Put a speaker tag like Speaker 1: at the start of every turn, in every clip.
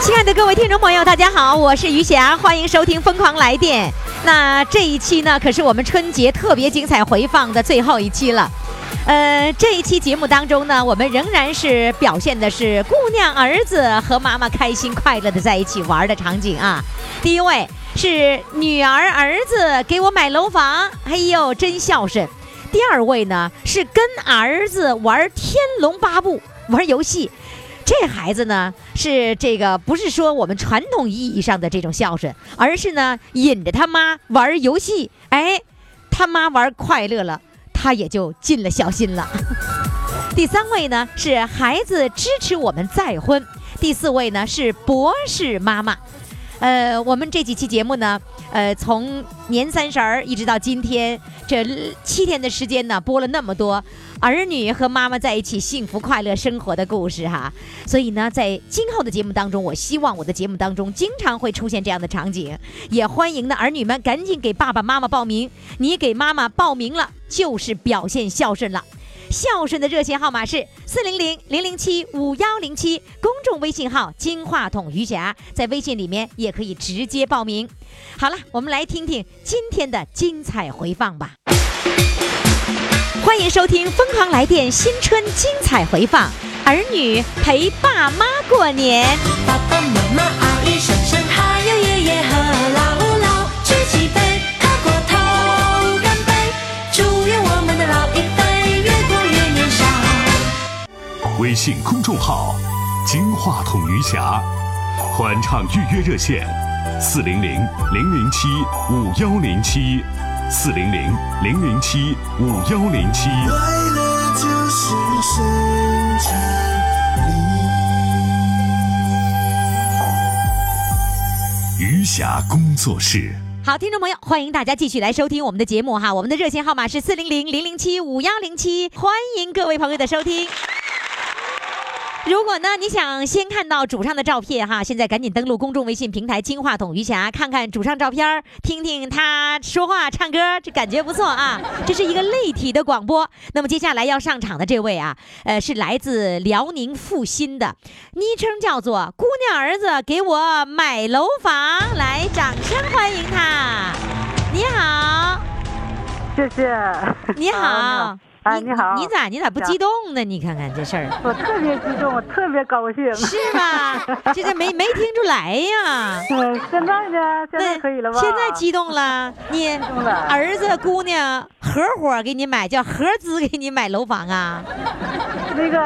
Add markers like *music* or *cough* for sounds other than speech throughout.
Speaker 1: 亲爱的各位听众朋友，大家好，我是于霞，欢迎收听《疯狂来电》。那这一期呢，可是我们春节特别精彩回放的最后一期了。呃，这一期节目当中呢，我们仍然是表现的是姑娘、儿子和妈妈开心快乐的在一起玩的场景啊。第一位是女儿儿子给我买楼房，哎呦，真孝顺。第二位呢是跟儿子玩《天龙八部》玩游戏，这孩子呢是这个不是说我们传统意义上的这种孝顺，而是呢引着他妈玩游戏，哎，他妈玩快乐了，他也就尽了孝心了。 *laughs* 第三位呢是孩子支持我们再婚，第四位呢是博士妈妈。呃，我们这几期节目呢，呃，从年三十儿一直到今天这呃七天的时间呢，播了那么多儿女和妈妈在一起幸福快乐生活的故事哈。所以呢，在今后的节目当中，我希望我的节目当中经常会出现这样的场景，也欢迎呢儿女们赶紧给爸爸妈妈报名，你给妈妈报名了就是表现孝顺了。孝顺的热线号码是四零零零零七五幺零七，公众微信号“金话筒余霞”，在微信里面也可以直接报名。好了，我们来听听今天的精彩回放吧。欢迎收听《疯狂来电》新春精彩回放，儿女陪爸妈过年。
Speaker 2: 爸爸妈妈、阿姨、婶婶，还有爷爷和姥姥，举起杯，喝过头，干杯！祝愿我们的老一辈越活越年少。
Speaker 3: 微信公众号“金话筒余霞”，欢唱预约热线：四零零零零七五幺零七，四零零零零七五幺零七。
Speaker 4: 快乐就是生产力。
Speaker 3: 余霞工作室。
Speaker 1: 好，听众朋友，欢迎大家继续来收听我们的节目哈。我们的热线号码是四零零零零七五幺零七，欢迎各位朋友的收听。如果呢，你想先看到主唱的照片哈，现在赶紧登录公众微信平台“金话筒余霞”，看看主唱照片儿，听听他说话、唱歌，这感觉不错啊。这是一个立体的广播。那么接下来要上场的这位啊，呃，是来自辽宁阜新的，昵称叫做“姑娘儿子给我买楼房”，来，掌声欢迎他。你好，
Speaker 5: 谢谢。
Speaker 1: 你好
Speaker 5: 啊，哎，你好，
Speaker 1: 你咋你咋不激动呢？你看看这事儿。
Speaker 5: 我特别激动，我特别高兴。
Speaker 1: 是
Speaker 5: *laughs*
Speaker 1: 吧？这这没没听出来呀？
Speaker 5: 嗯，现在呢？现在可以了吧？
Speaker 1: 现在激动了，你
Speaker 5: 动了
Speaker 1: 儿子姑娘合伙给你买，叫合资给你买楼房啊？
Speaker 5: 那个、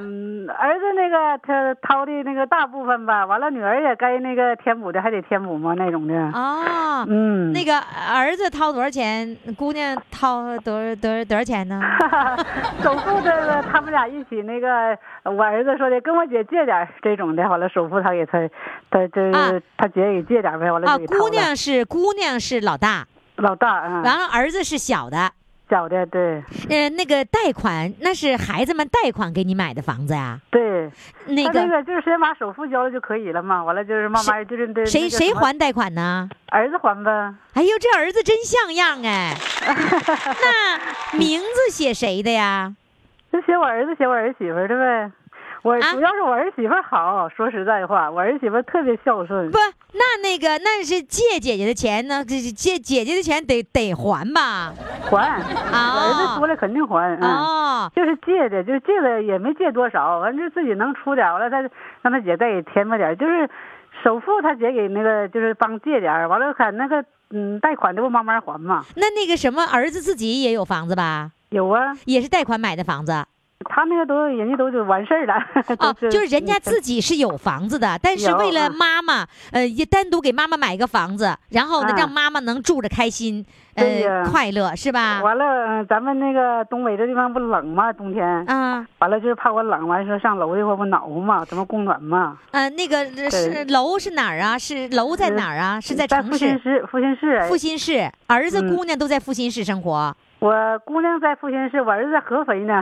Speaker 5: 嗯儿子那个他掏的那个大部分吧，完了女儿也该那个填补的，还得填补吗？那种的。 *laughs*
Speaker 1: 啊、
Speaker 5: 嗯，
Speaker 1: 那个儿子掏多少钱？姑娘掏多少多少多少钱
Speaker 5: *laughs*
Speaker 1: 呢？哦
Speaker 5: 首付的他们俩一起那个，我儿子说的跟我姐借点儿这种的，完了首付他给他，他这、
Speaker 1: 啊
Speaker 5: 他姐也借点儿呗，完了
Speaker 1: 啊，
Speaker 5: 就给掏了。
Speaker 1: 姑娘是姑娘是老大，
Speaker 5: 老大啊，嗯
Speaker 1: 完了儿子是小的。
Speaker 5: 小的对
Speaker 1: 呃，那个贷款那是孩子们贷款给你买的房子呀、
Speaker 5: 对。
Speaker 1: 那
Speaker 5: 他
Speaker 1: 个
Speaker 5: 那个就是先把首付交了就可以了嘛，完了就是慢慢就是对
Speaker 1: 谁
Speaker 5: 那个
Speaker 1: 谁
Speaker 5: 什么
Speaker 1: 还贷款呢？
Speaker 5: 儿子还呗，
Speaker 1: 哎呦，这儿子真像样
Speaker 5: *laughs*
Speaker 1: 哎！那名字写谁的呀？
Speaker 5: 就写我儿子写我儿媳妇儿的呗。我
Speaker 1: 啊
Speaker 5: 主要是我儿媳妇儿好，说实在话，我儿媳妇儿特别孝顺
Speaker 1: 不。，那那个那是借姐姐的钱呢，这这借姐姐的钱得得还吧？啊
Speaker 5: 还，我儿子说了肯定还，嗯，
Speaker 1: 哦，
Speaker 5: 就是借的，就借的也没借多少，完就自己能出点儿，完了他让他姐再给添吧点儿，就是首付他姐给那个就是帮借点儿，完了看那个嗯贷款的不慢慢还嘛，
Speaker 1: 那那个什么，儿子自己也有房子吧？
Speaker 5: 有啊，
Speaker 1: 也是贷款买的房子。
Speaker 5: 他那个都人家都就完事儿了。 *laughs*
Speaker 1: 哦，
Speaker 5: 都
Speaker 1: 就是人家自己是有房子的，但是
Speaker 5: 有
Speaker 1: 为了
Speaker 5: 嗯
Speaker 1: 妈妈，呃，也单独给妈妈买个房子，然后呢，
Speaker 5: 嗯
Speaker 1: 让妈妈能住着开心，
Speaker 5: 对
Speaker 1: 呃，
Speaker 5: 呀
Speaker 1: 快乐是吧？
Speaker 5: 完了，嗯咱们那个东北这地方不冷吗？冬天，
Speaker 1: 啊，
Speaker 5: 完了就是怕我冷，完说上楼一会儿不暖和嘛，咱们供暖嘛。
Speaker 1: 呃，那个是
Speaker 5: 对嗯
Speaker 1: 楼是哪儿啊？是楼在哪儿啊？是在城
Speaker 5: 复兴
Speaker 1: 市
Speaker 5: 市，复兴市。
Speaker 1: 复兴市，儿子
Speaker 5: 嗯
Speaker 1: 姑娘都在复兴市生活
Speaker 5: 我姑娘在复兴市，我儿子在合肥呢。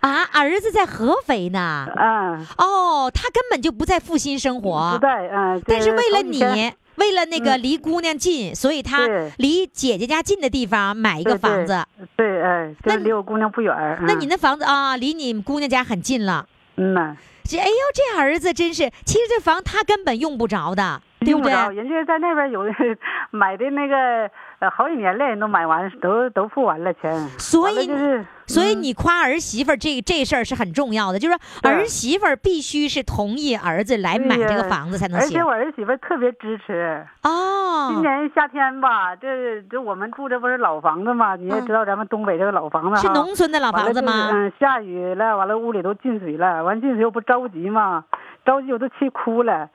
Speaker 1: 啊，儿子在合肥呢。
Speaker 5: 嗯，
Speaker 1: 哦，他根本就不在复兴生活
Speaker 5: 不，在，嗯。
Speaker 1: 但是
Speaker 5: 这
Speaker 1: 为了
Speaker 5: 头几天
Speaker 1: 你，为了那个离姑娘近，所以他
Speaker 5: 对
Speaker 1: 离姐姐家近的地方买 *laughs* 一个
Speaker 5: 对对
Speaker 1: 房子。
Speaker 5: 对，哎，就
Speaker 1: 那
Speaker 5: 是
Speaker 1: 你
Speaker 5: 离我姑娘不远儿。
Speaker 1: 那
Speaker 5: 嗯
Speaker 1: 你那房子啊，离你姑娘家很近了。
Speaker 5: 嗯呐，
Speaker 1: 这哎呦，这儿子真是，其实这房他根本用不着的，对
Speaker 5: 用
Speaker 1: 不
Speaker 5: 不
Speaker 1: 对？
Speaker 5: 着，人家在那边有 *laughs* 买的那个呃好几年了，人都买完，都都付完了钱。
Speaker 1: 所
Speaker 5: 完了
Speaker 1: 以
Speaker 5: 就
Speaker 1: 你
Speaker 5: 是，嗯
Speaker 1: 所以你夸儿媳妇儿这这事儿是很重要的，就是说
Speaker 5: 对
Speaker 1: 儿媳妇儿必须是同意儿子来
Speaker 5: 对
Speaker 1: 买这个
Speaker 5: 呀
Speaker 1: 房子才能
Speaker 5: 而
Speaker 1: 行
Speaker 5: 且我儿媳妇儿特别支持。今
Speaker 1: 哦。
Speaker 5: 年夏天吧，这这我们住这不是老房子嘛，你也
Speaker 1: 嗯
Speaker 5: 知道咱们东北这个老房子
Speaker 1: 是
Speaker 5: 哈
Speaker 1: 农村的老房
Speaker 5: 完了
Speaker 1: 子
Speaker 5: 就是
Speaker 1: 吗？
Speaker 5: 嗯，下雨了，完了屋里都进水了，完进水我不着急嘛，着急我都气哭了。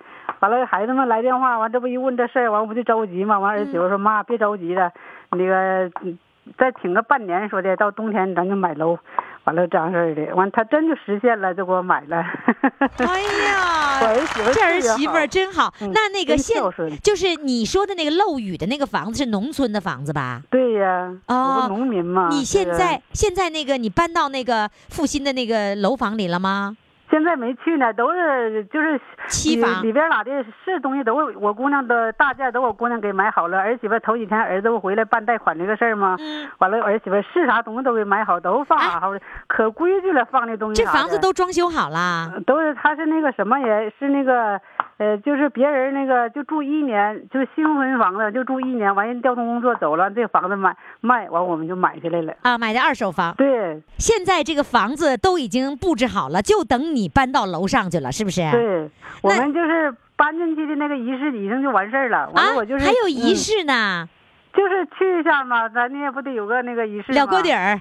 Speaker 5: 完了，孩子们来电话，完这不一问这事儿，完我不就着急嘛？完儿
Speaker 1: 嗯
Speaker 5: 媳妇说：“妈，别着急了，那个嗯再挺个半年，说的到冬天咱就买楼。”完了这样式儿的，完他真就实现了，就给我买了。
Speaker 1: 哎呀，
Speaker 5: 我儿媳妇
Speaker 1: 这
Speaker 5: 特
Speaker 1: 儿
Speaker 5: 别
Speaker 1: 媳妇
Speaker 5: 好
Speaker 1: 儿真好。
Speaker 5: 嗯
Speaker 1: 那那个
Speaker 5: 真
Speaker 1: 现
Speaker 5: 孝顺
Speaker 1: 就是你说的那个漏雨的那个房子是农村的房子吧？
Speaker 5: 对呀，我
Speaker 1: 哦
Speaker 5: 不农民嘛。
Speaker 1: 你现
Speaker 5: 是
Speaker 1: 在现在那个你搬到那个复兴的那个楼房里了吗？
Speaker 5: 现在没去呢，都是就是
Speaker 1: 期
Speaker 5: 里
Speaker 1: 房
Speaker 5: 里边哪的是东西都我我姑娘的大件都我姑娘给买好了，儿媳妇头几天儿子不回来办贷款这个事儿吗？
Speaker 1: 嗯，哎
Speaker 5: 完了儿媳妇是啥东西都给买好，都放好，可规矩了放的东西
Speaker 1: 这
Speaker 5: 啥的。
Speaker 1: 房子都装啊修好啦。
Speaker 5: 都是他是那个什么人，是那个呃，就是别人那个就住一年，就是新婚房子就住一年，完人调动工作走了，这房子买卖完我们就买下来了。
Speaker 1: 啊，买的二手房，
Speaker 5: 对
Speaker 1: 现在这个房子都已经布置好了，就等你搬到楼上去了，是不是？
Speaker 5: 对，我
Speaker 1: 那
Speaker 5: 们就是搬进去的那个仪式已经就完事儿了。完
Speaker 1: 啊
Speaker 5: 了我就是、
Speaker 1: 还有仪
Speaker 5: 嗯
Speaker 1: 式呢，
Speaker 5: 就是去一下嘛，咱你也不得有个那个仪式
Speaker 1: 了锅底
Speaker 5: 儿。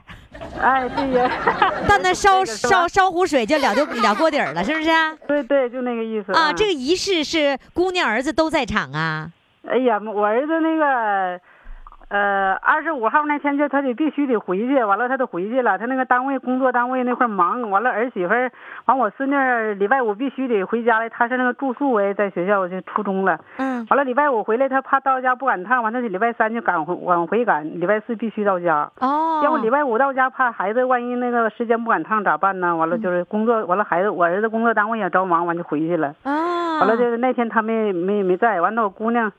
Speaker 1: 儿，
Speaker 5: 哎，对呀，
Speaker 1: *laughs* 到那烧
Speaker 5: 这个是吧
Speaker 1: 烧烧壶水就了就了锅底儿了，是不是啊？
Speaker 5: 对对，就那个意思
Speaker 1: 啊，这个仪式是姑娘儿子都在场啊。
Speaker 5: 哎呀，我儿子那个，呃，二十五号那天就他得必须得回去，完了他都回去了，他那个单位工作单位那块儿忙，完了儿媳妇儿，完我孙女儿礼拜五必须得回家来，他是那个住宿哎，在学校就初中了，
Speaker 1: 嗯，
Speaker 5: 完了礼拜五回来，他怕到家不赶趟，完了礼拜三就赶回往回赶，礼拜四必须到家。要不礼
Speaker 1: 哦，
Speaker 5: 拜五到家，怕孩子万一那个时间不赶趟咋办呢？完了就是工作，完了孩子我儿子工作单位也着忙，完就回去了。
Speaker 1: 啊，
Speaker 5: 完了就是那天他没没没在，完了我姑娘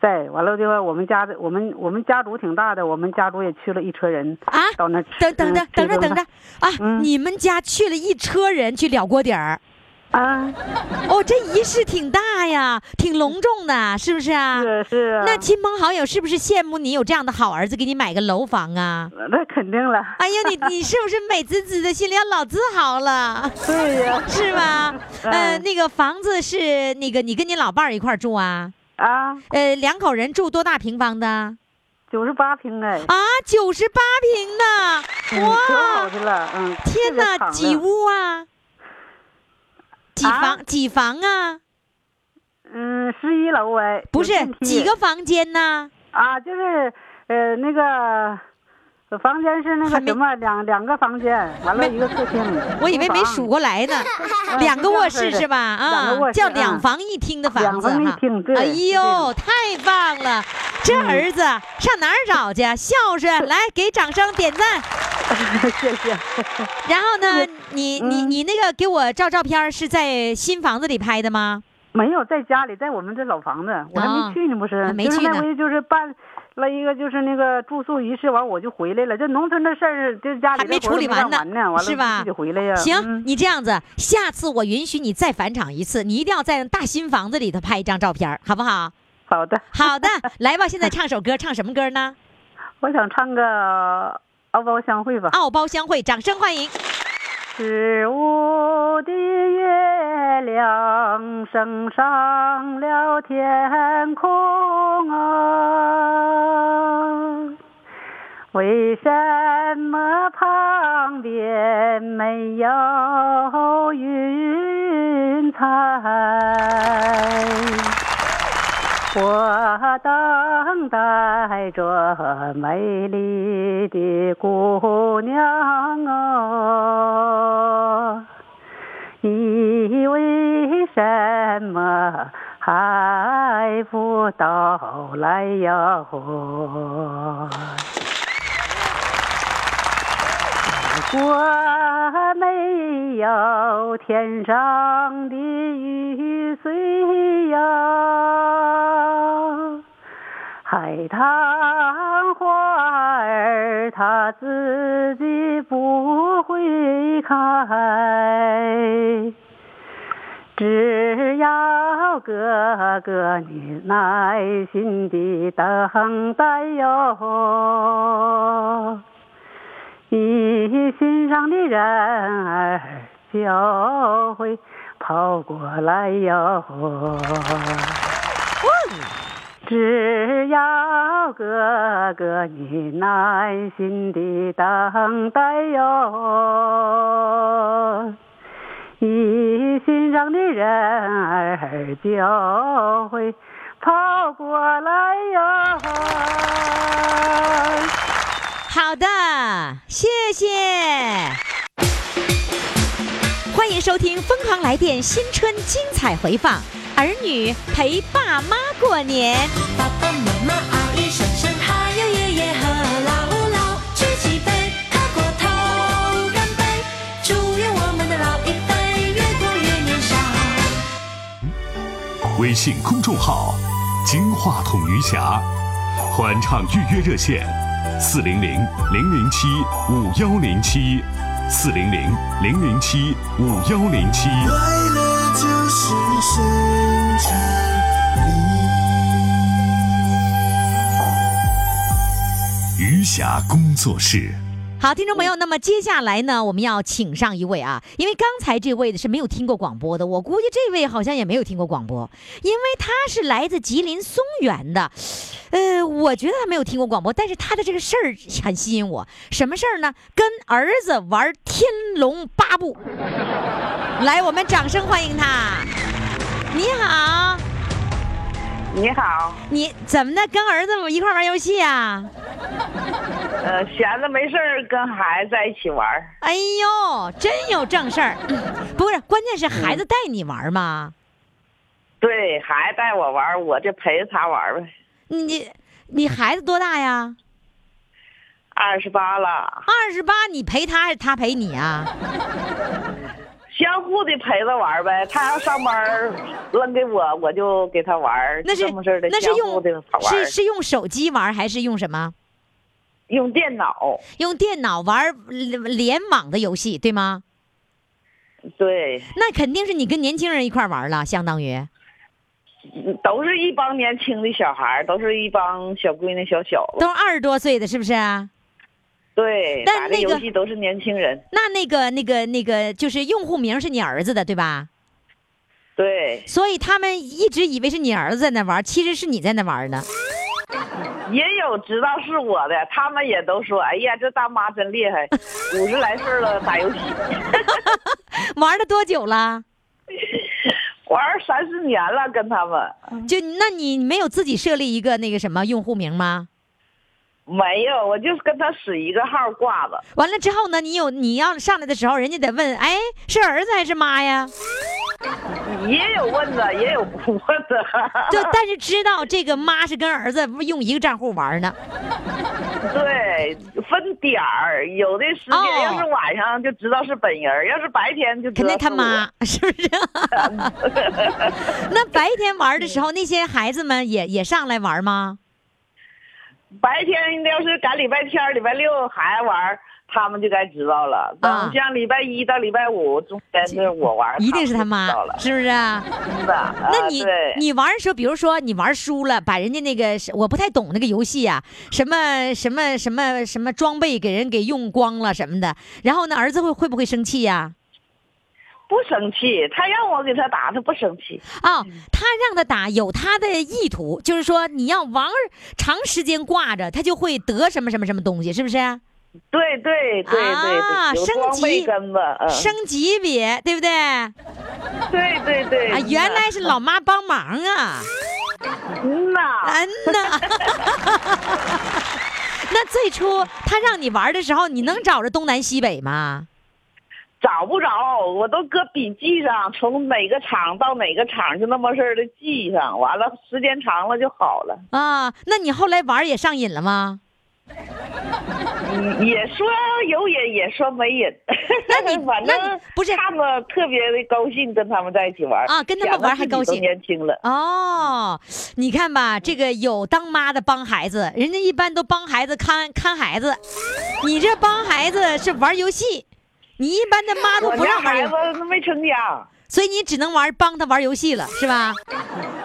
Speaker 5: 在，完了这个我们家的我们我们家族挺大的，我们家族也去了一车人
Speaker 1: 啊，
Speaker 5: 到那吃。
Speaker 1: 等等着
Speaker 5: 嗯，
Speaker 1: 等着，等着。啊！
Speaker 5: 嗯
Speaker 1: 你们家去了一车人去了锅底儿，
Speaker 5: 啊！
Speaker 1: 哦，这仪式挺大呀，挺隆重的，是不是啊？
Speaker 5: 是是啊，
Speaker 1: 那亲朋好友是不是羡慕你有这样的好儿子，给你买个楼房啊？
Speaker 5: 那肯定了，
Speaker 1: 哎呀，你你是不是美滋滋的，心里要老自豪了，
Speaker 5: *laughs* 对呀
Speaker 1: 是吧？呃，
Speaker 5: 嗯
Speaker 1: 那个房子是那个你跟你老伴儿一块儿住啊？
Speaker 5: 啊，
Speaker 1: 呃，两口人住多大平方的？啊，
Speaker 5: 九十八平哎，
Speaker 1: 九十八平呢！
Speaker 5: 嗯可好
Speaker 1: 哇，
Speaker 5: 的了，嗯，
Speaker 1: 天
Speaker 5: 哪，
Speaker 1: 哪，几屋啊？几
Speaker 5: 啊
Speaker 1: 房？几房啊？
Speaker 5: 嗯，十一楼哎，
Speaker 1: 不
Speaker 5: 有
Speaker 1: 是
Speaker 5: 电梯
Speaker 1: 几个房间呢？
Speaker 5: 啊，就是呃那个。呃房间是那
Speaker 1: 还没
Speaker 5: 个什么，两两个房间，完了一个客厅。
Speaker 1: 我以为没
Speaker 5: 厨房
Speaker 1: 数过来呢，
Speaker 5: 嗯
Speaker 1: 两个卧
Speaker 5: 是
Speaker 1: 室
Speaker 5: 这样式的
Speaker 1: 是吧？
Speaker 5: 两
Speaker 1: 啊
Speaker 5: 个卧，室
Speaker 1: 叫
Speaker 5: 嗯
Speaker 1: 两房一厅的房子哈
Speaker 5: 两房一厅。对
Speaker 1: 哎呦，
Speaker 5: 是嗯
Speaker 1: 太棒了！这儿子上哪儿找去？啊孝顺，来给掌声点赞。
Speaker 5: *laughs* 谢谢。
Speaker 1: *laughs* 然后呢，你你
Speaker 5: 嗯
Speaker 1: 你那个给我照照片儿是在新房子里拍的吗？哦
Speaker 5: 没有，在家里，在我们这老房子，我还没去呢，不是？
Speaker 1: 还啊没去
Speaker 5: *laughs* 就是
Speaker 1: 呢
Speaker 5: 那回就是办了一个就是那个住宿仪式，完我就回来了。这农村的事儿，这家里
Speaker 1: 还没
Speaker 5: 这活儿
Speaker 1: 处理
Speaker 5: 都干
Speaker 1: 完呢
Speaker 5: 完呢，完了
Speaker 1: 是吧
Speaker 5: 自己回来呀。
Speaker 1: 行
Speaker 5: 嗯，
Speaker 1: 你这样子，下次我允许你再返场一次，你一定要在大新房子里头拍一张照片儿，好不好？
Speaker 5: 好的，
Speaker 1: 好
Speaker 5: *laughs*
Speaker 1: 的，来吧，现在唱首歌，唱什么歌呢？
Speaker 5: 我想唱个《敖包相会》吧。
Speaker 1: 《傲包相会》，掌声欢迎。
Speaker 5: 十五的月亮升上了天空啊，为什么旁
Speaker 6: 上边没有云彩，我等待着美丽的姑娘哦。你为什么还不到来哟？我没有天上的雨水呀，海棠花儿它自己不会开。只要哥哥你耐心的等待哟，你心上的人儿就会跑过来哟。
Speaker 7: *laughs*
Speaker 1: 哎
Speaker 6: 只要哥哥你耐心的等待哟，你心上的人儿就会跑过来
Speaker 5: 啊
Speaker 6: 哟。
Speaker 1: 好的，谢谢。欢迎收听《疯狂来电》新春精彩回放，《儿女陪爸妈过年》。
Speaker 2: 爸爸妈妈、阿姨、婶婶，还有爷爷和姥姥，举起杯，喝过头，干杯！祝愿我们的老一辈越活越年少。
Speaker 3: 微信公众号“金话筒余霞”，欢唱预约热线：四零零零零七五幺零七，四零零零零七五幺零七。
Speaker 4: 快乐就是生产力。
Speaker 3: 余霞工作室。
Speaker 1: 好，听众朋友，那么接下来呢，我们要请上一位啊，因为刚才这位是没有听过广播的，我估计这位好像也没有听过广播，因为他是来自吉林松原的，呃，我觉得他没有听过广播，但是他的这个事儿很吸引我，什么事儿呢？跟儿子玩《天龙八部》， *laughs* 来，我们掌声欢迎他。你好，
Speaker 8: 你好，
Speaker 1: 你怎么的跟儿子一块儿玩游戏啊？
Speaker 8: 呃，闲着没事儿跟孩子在一起玩儿，
Speaker 1: 哎呦，真有正事儿，嗯不是，关键是孩子带你玩吗？
Speaker 8: 嗯对孩子带我玩儿，我就陪着他玩儿呗。
Speaker 1: 你你孩子多大呀？
Speaker 8: 二十八了，
Speaker 1: 二十八，你陪他还是他陪你啊？
Speaker 8: 相互的陪着玩儿呗。他要上班儿扔给我，我就给他玩儿，
Speaker 1: 那
Speaker 8: 就这
Speaker 1: 是
Speaker 8: 么事儿的，
Speaker 1: 那是
Speaker 8: 相互
Speaker 1: 用
Speaker 8: 的玩儿
Speaker 1: 是。是用手机玩还是用什么？
Speaker 8: 用电脑，
Speaker 1: 用电脑玩呃联网的游戏对吗？
Speaker 8: 对，
Speaker 1: 那肯定是你跟年轻人一块玩了，相当于。
Speaker 8: 都是一帮年轻的小孩儿，都是一帮小闺女、小小子。
Speaker 1: 都是二十多岁的，是不是啊？
Speaker 8: 对，
Speaker 1: 但
Speaker 8: 打的
Speaker 1: 那个
Speaker 8: 游戏都是年轻人。
Speaker 1: 那那个那个那个，就是用户名是你儿子的，对吧？
Speaker 8: 对，
Speaker 1: 所以他们一直以为是你儿子在那玩，其实是你在那玩呢。
Speaker 8: 也有知道是我的，他们也都说：“哎呀，这大妈真厉
Speaker 1: *laughs*
Speaker 8: 害，五十来岁儿了打游戏。”
Speaker 1: 玩了多久了？
Speaker 8: 玩儿三四年了，跟他们
Speaker 1: 就那你没有自己设立一个那个什么用户名吗？
Speaker 8: 没有，我就是跟他使一个号挂着。
Speaker 1: 完了之后呢，你有你要上来的时候，人家得问，哎，是儿子还是妈呀？
Speaker 8: 也有问的，也有不问 *laughs* 的。
Speaker 1: 就但是知道这个妈是跟儿子用一个账户玩呢。
Speaker 8: 对，分点儿，有的时间、
Speaker 1: 哦
Speaker 8: 要是晚上就知道是本人儿，要是白天就知
Speaker 1: 肯
Speaker 8: 道
Speaker 1: 定他
Speaker 8: 是我。
Speaker 1: 妈是不是？ *laughs* 那白天玩的时候，那些孩子们也也上来玩吗？
Speaker 8: 白天要是赶礼拜天儿、礼拜六还玩儿，他们就该知道了。
Speaker 1: 啊
Speaker 8: 等像礼拜一到礼拜五中间就是我玩儿，
Speaker 1: 一定是他
Speaker 8: 们就
Speaker 1: 妈
Speaker 8: 知道，了，
Speaker 1: 是不是啊？
Speaker 8: 真的。啊
Speaker 1: 那你、
Speaker 8: 对
Speaker 1: 你玩的时候，比如说你玩输了，把人家那个我不太懂那个游戏啊，什么什么什么什么装备给人给用光了什么的，然后呢，儿子会会不会生气呀、
Speaker 8: 不生气，他让我给他打，他不生气。
Speaker 1: 哦，他让他打有他的意图，就是说你要玩儿长时间挂着，他就会得什么什么什么东西，是不是？
Speaker 8: 对对对
Speaker 1: 啊
Speaker 8: 对对，有
Speaker 1: 升
Speaker 8: 装备
Speaker 1: 级
Speaker 8: 根子，嗯，
Speaker 1: 升级别，对不对？啊，
Speaker 8: 对对对，嗯
Speaker 1: 原来是老妈帮忙啊，
Speaker 8: 嗯呐，
Speaker 1: 嗯
Speaker 8: *laughs*
Speaker 1: 呐。那最初他让你玩的时候，你能找着东南西北吗？
Speaker 8: 找不着，我都搁笔记上，从哪个厂到哪个厂就那么事儿的记上，完了时间长了就好了。
Speaker 1: 啊，那你后来玩也上瘾了吗？
Speaker 8: 嗯也说有瘾，也说没瘾。
Speaker 1: 那
Speaker 8: *laughs*
Speaker 1: 你
Speaker 8: 反
Speaker 1: 那
Speaker 8: 正
Speaker 1: 你不是
Speaker 8: 他们特别的高兴，跟他们在一起玩
Speaker 1: 啊跟他们玩还高兴
Speaker 8: 想到自己都年轻了，
Speaker 1: 哦，你看吧，这个有当妈的帮孩子，人家一般都帮孩子看看孩子，你这帮孩子是玩游戏，你一般的妈都
Speaker 8: 我
Speaker 1: 不
Speaker 8: 家
Speaker 1: 让玩
Speaker 8: 孩
Speaker 1: 游戏，
Speaker 8: 子都没成家。
Speaker 1: 所以你只能玩帮他玩游戏了，是吧？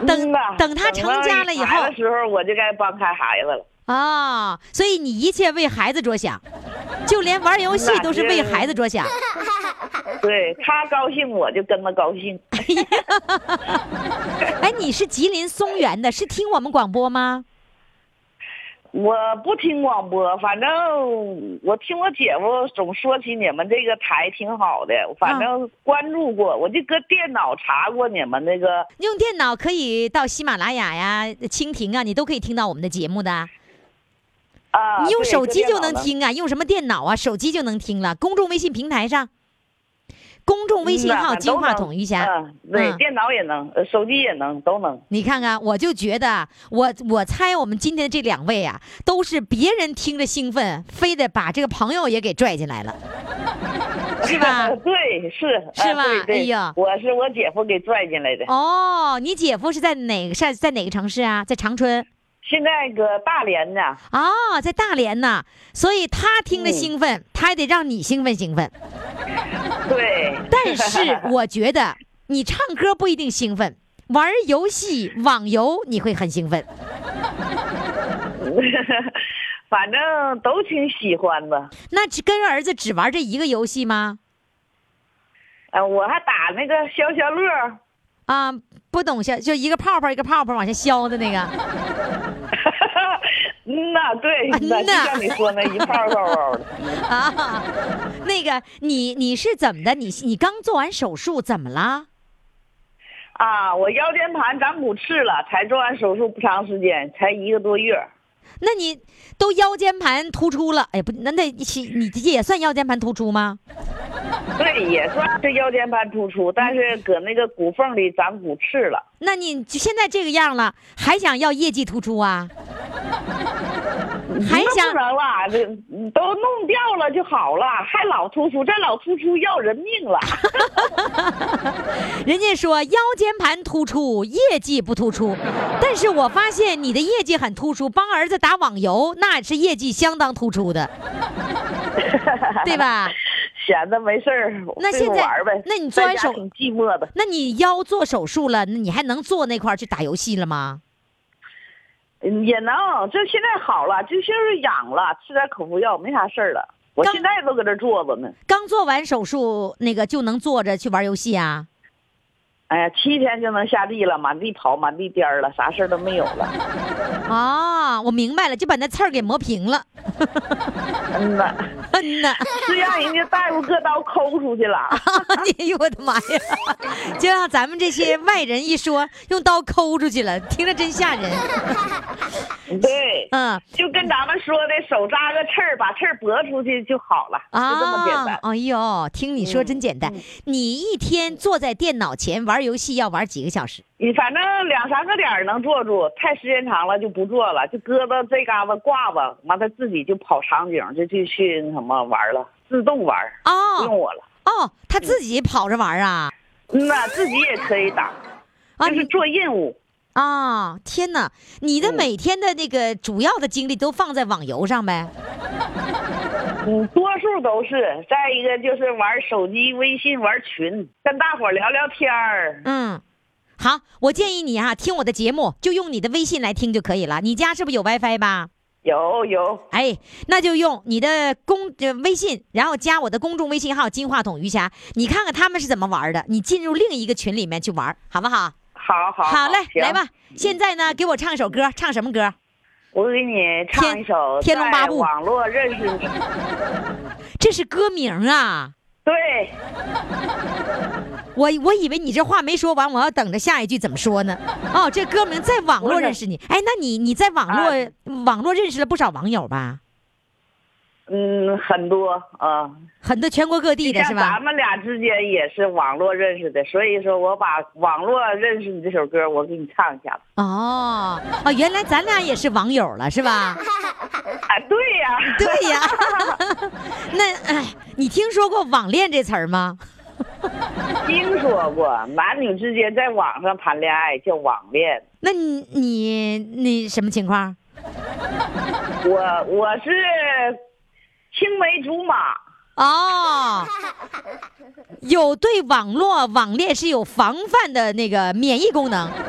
Speaker 1: 等
Speaker 8: 嗯呐
Speaker 1: 等他成家了以后
Speaker 8: 等到有孩子的时候，我就该帮开孩子了。
Speaker 1: 啊、所以你一切为孩子着想，就连玩游戏都是为孩子着想。
Speaker 8: 对他高兴，我就跟着高兴。
Speaker 1: 哎，你是吉林松原的，是听我们广播吗？
Speaker 8: 我不听广播，反正我听我姐夫总说起你们这个台挺好的，反
Speaker 1: 啊
Speaker 8: 正关注过，我就搁电脑查过你们那个。
Speaker 1: 用电脑可以到喜马拉雅呀、蜻蜓啊，你都可以听到我们的节目的。
Speaker 8: 啊，
Speaker 1: 你用
Speaker 8: 对
Speaker 1: 手机
Speaker 8: 搁电
Speaker 1: 就
Speaker 8: 脑
Speaker 1: 能
Speaker 8: 呢
Speaker 1: 听啊，用什么电脑啊？手机就能听了。公众微信平台上，公众微信号“金话筒余霞”，
Speaker 8: 嗯呐，对，
Speaker 1: 嗯
Speaker 8: 电脑也能，呃手机也能，都能。
Speaker 1: 你看看，我就觉得，我我猜我们今天这两位啊，都是别人听着兴奋，非得把这个朋友也给拽进来
Speaker 8: *laughs*
Speaker 1: 了，是吧？
Speaker 8: 对，是
Speaker 1: 是
Speaker 8: 啊
Speaker 1: 吧
Speaker 8: 对对
Speaker 1: 哎呀
Speaker 8: 我是我姐夫给拽进来的，
Speaker 1: 哦，你姐夫是在哪个在在哪个城市啊？在长春
Speaker 8: 现在搁大连嗯呢。
Speaker 1: 啊、在大连呐。所以他听着兴奋，他也得让你兴奋兴奋。
Speaker 8: 对，
Speaker 1: 但是我觉得你唱歌不一定兴奋，玩游戏网游你会很兴奋。
Speaker 8: *laughs* 反正都挺喜欢的。
Speaker 1: 那只跟儿子只玩这一个游戏吗？
Speaker 8: 呃，我还打那个消消乐儿，
Speaker 1: 啊，不懂消就一个泡泡一个泡泡往下消的那个。
Speaker 8: 嗯呐，对，
Speaker 1: 嗯
Speaker 8: *laughs* *laughs* 那就
Speaker 1: 呐
Speaker 8: 像你说那一泡泡泡
Speaker 1: *laughs*
Speaker 8: 的。
Speaker 1: 啊，那个你你是怎么的？你你刚做完手术怎么了？
Speaker 8: 啊，我腰间盘长骨刺了，才做完手术不长时间，才一个多月。
Speaker 1: 那你都腰间盘突出了，哎不，那那你这也算腰间盘突出吗？
Speaker 8: 对，也算是腰间盘突出，但是搁那个骨缝里长骨刺了。
Speaker 1: 那你就现在这个样了，还想要业绩突出啊？还
Speaker 8: 那
Speaker 1: 想
Speaker 8: 不能了，这都弄掉了就好了，还老突出，再老突出要人命了。 *laughs*
Speaker 1: 人家说腰间盘突出，业绩不突出，但是我发现你的业绩很突出，帮儿子打网游那是业绩相当突出的，对吧？
Speaker 8: 闲着没事儿，
Speaker 1: 那
Speaker 8: 对付
Speaker 1: 现在
Speaker 8: 玩儿呗。
Speaker 1: 那你做完
Speaker 8: 在家
Speaker 1: 手
Speaker 8: 挺寂寞的，
Speaker 1: 那你腰做手术了，那你还能坐那块儿去打游戏了吗？
Speaker 8: 嗯也能。这现在好了，就就是痒了，吃点口服药没啥事儿了。我
Speaker 1: 刚
Speaker 8: 现在都搁这坐着呢。
Speaker 1: 刚做完手术，那个就能坐着去玩游戏啊？
Speaker 8: 哎呀，七天就能下地了，满地跑，满地颠儿了，啥事儿都没有了。
Speaker 1: 啊，我明白了，就把那刺儿给磨平了。
Speaker 8: 嗯呐，
Speaker 1: 嗯
Speaker 8: *laughs*
Speaker 1: 呐，
Speaker 8: 是让人家大夫搁刀抠出去了。
Speaker 1: *laughs* 哎呦我的妈呀！ *laughs* 就让咱们这些外人一说，用刀抠出去了，听着真吓人。
Speaker 8: 对，
Speaker 1: 嗯。
Speaker 8: 就跟咱们说的，手扎个刺儿，把刺儿拨出去就好了，就这么简单。嗯
Speaker 1: 哎呦，听你说真简单。你一天坐在电脑前玩游戏要玩几个小时？
Speaker 8: 你反正两三个点儿能坐住，太时间长了就不坐了，就搁到这嘎达挂吧，完他自己就跑场景，就就去那什么玩儿了，自动玩儿，不用
Speaker 1: 哦
Speaker 8: 我了。
Speaker 1: 哦，他自己跑着玩啊？
Speaker 8: 嗯呐，自己也可以打，
Speaker 1: 啊
Speaker 8: 就是
Speaker 1: 你
Speaker 8: 做任务。
Speaker 1: 啊！天哪，你的每天的那个主要的精力都放在网游上呗？
Speaker 8: 嗯，多数都是。再一个就是玩手机、微信、玩群，跟大伙儿聊聊天儿。
Speaker 1: 嗯。好，我建议你哈、啊听我的节目就用你的微信来听就可以了。你家是不是有 WiFi 吧？
Speaker 8: 有有，
Speaker 1: 哎，那就用你的公、呃、微信，然后加我的公众微信号“金话筒余霞”，你看看他们是怎么玩的，你进入另一个群里面去玩，好不好？
Speaker 8: 好好
Speaker 1: 好嘞，
Speaker 8: 行
Speaker 1: 来吧，现在呢，给我唱首歌，唱什么歌？
Speaker 9: 嗯我给你唱一首《
Speaker 1: 天天龙八 *laughs*
Speaker 9: 在
Speaker 1: 部
Speaker 9: 网络认识你》。
Speaker 1: 这是歌名啊！
Speaker 9: 对， *laughs*
Speaker 1: 我我以为你这话没说完，我要等着下一句怎么说呢？哦，这歌名在网络认识你。哎，那你你在网络、
Speaker 9: 啊
Speaker 1: 网络认识了不少网友吧？
Speaker 9: 嗯，很多啊，
Speaker 1: 很多全国各地的是
Speaker 9: 像咱
Speaker 1: 吧？
Speaker 9: 们俩之间也是网络认识的，所以说我把《网络认识你》这首歌我给你唱一下吧。
Speaker 1: 哦哦，原来咱俩也是网友了是吧？
Speaker 9: 啊， *laughs* 对呀、
Speaker 1: 对呀。 *laughs* 那哎，你听说过网恋这词儿吗？
Speaker 9: 听说过男女之间在网上谈恋爱叫网恋。
Speaker 1: 那你你你什么情况？
Speaker 9: 我我是青梅竹马，
Speaker 1: 哦，有对网络网恋是有防范的那个免疫功能。
Speaker 9: *laughs*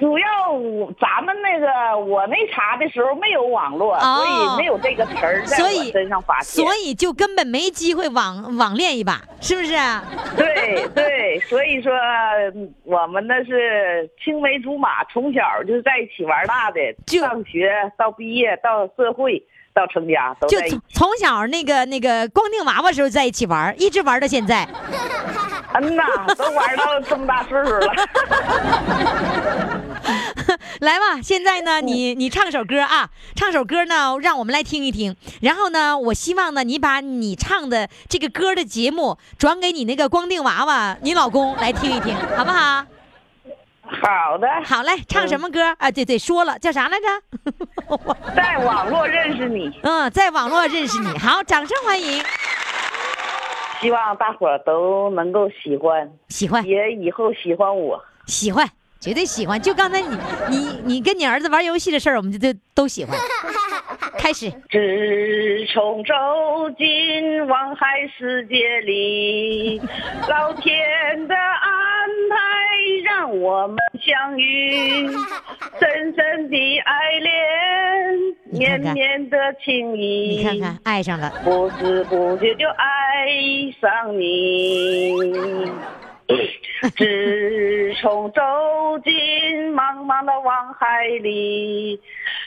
Speaker 9: 主要我咱们那个我那茬的时候没有网络，
Speaker 1: 哦
Speaker 9: 所以没有这个词儿在
Speaker 1: 所
Speaker 9: 我
Speaker 1: 以
Speaker 9: 身上发现。
Speaker 1: 哦所以就根本没机会网网恋一把，是不是？啊
Speaker 9: *laughs* 对对，所以说嗯我们那是青梅竹马，从小就是在一起玩大的，
Speaker 1: 就
Speaker 9: 上学到毕业到社会到成家都
Speaker 1: 就
Speaker 9: 在一起
Speaker 1: 从。从小那个那个光腚娃娃时候在一起玩，一直玩到现在。
Speaker 9: *laughs* 嗯呐，都玩到这么大岁数了。
Speaker 1: *laughs* 来吧，现在呢，你你唱首歌啊，唱首歌呢，让我们来听一听。然后呢，我希望呢，你把你唱的这个歌的节目转给你那个光腚娃娃，你老公来听一听，好不好？
Speaker 9: 好的，
Speaker 1: 好嘞，唱什么歌、啊？对对，说了叫啥来着？
Speaker 9: 在网络认识你，
Speaker 1: 嗯，在网络认识你，好，掌声欢迎，
Speaker 9: 希望大伙儿都能够喜欢，
Speaker 1: 喜欢
Speaker 9: 也以后喜欢我。
Speaker 1: 喜欢，绝对喜欢。就刚才你你你跟你儿子玩游戏的事儿，我们就都都喜欢。开始，
Speaker 9: 自从走进网海世界里，老天的安排让我们相遇，深深的爱恋，
Speaker 1: 你看
Speaker 9: 绵
Speaker 1: 看
Speaker 9: 绵的情谊，
Speaker 1: 你看看，爱上了，
Speaker 9: 不知不觉就爱上你。自从走进茫茫的网海里，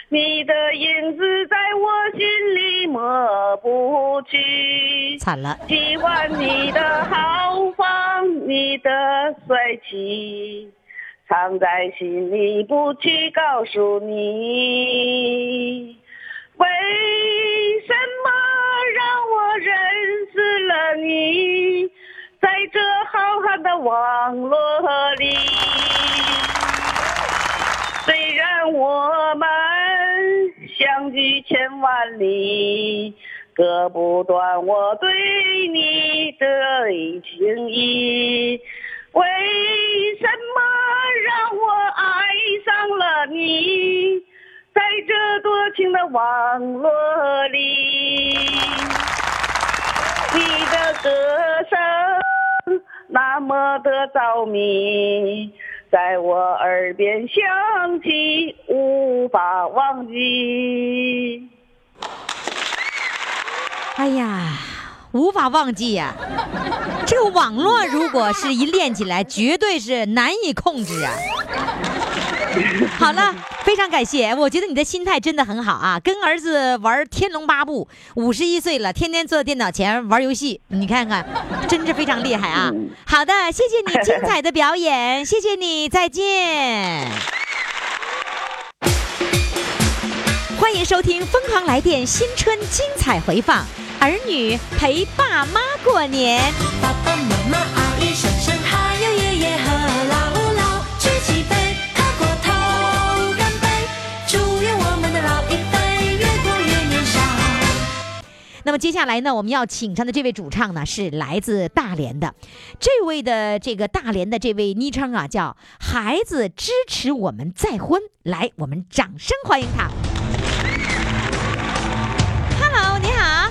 Speaker 9: 你的影子在我心里抹不去。
Speaker 1: 惨了，
Speaker 9: 喜欢你的豪放，你的帅气，藏在心里不去告诉你。为什么让我认识了你，在这浩瀚的网络里？虽然我们相距千万里，割不断我对你的情意。为什么让我爱上了你，在这多情的网络里？你的歌声那么的着迷，在我耳边响起，无法忘记。
Speaker 1: 哎呀，无法忘记呀、这个网络如果是一练起来，绝对是难以控制啊。好了，非常感谢，我觉得你的心态真的很好啊。跟儿子玩《天龙八部》，五十一岁了，天天坐在电脑前玩游戏，你看看，真是非常厉害啊。好的，谢谢你精彩的表演，谢谢你，再见。欢迎收听《疯狂来电》新春精彩回放，儿女陪爸妈过年。
Speaker 2: 爸爸妈妈、阿姨、婶婶，还有爷爷和姥姥，举起杯，喝过头，干杯！祝愿我们的老一辈越活越年少。
Speaker 1: 那么接下来呢，我们要请上的这位主唱呢，是来自大连的，这位的这个大连的这位昵称啊，叫“孩子支持我们再婚”。来，我们掌声欢迎他。Hello，你好。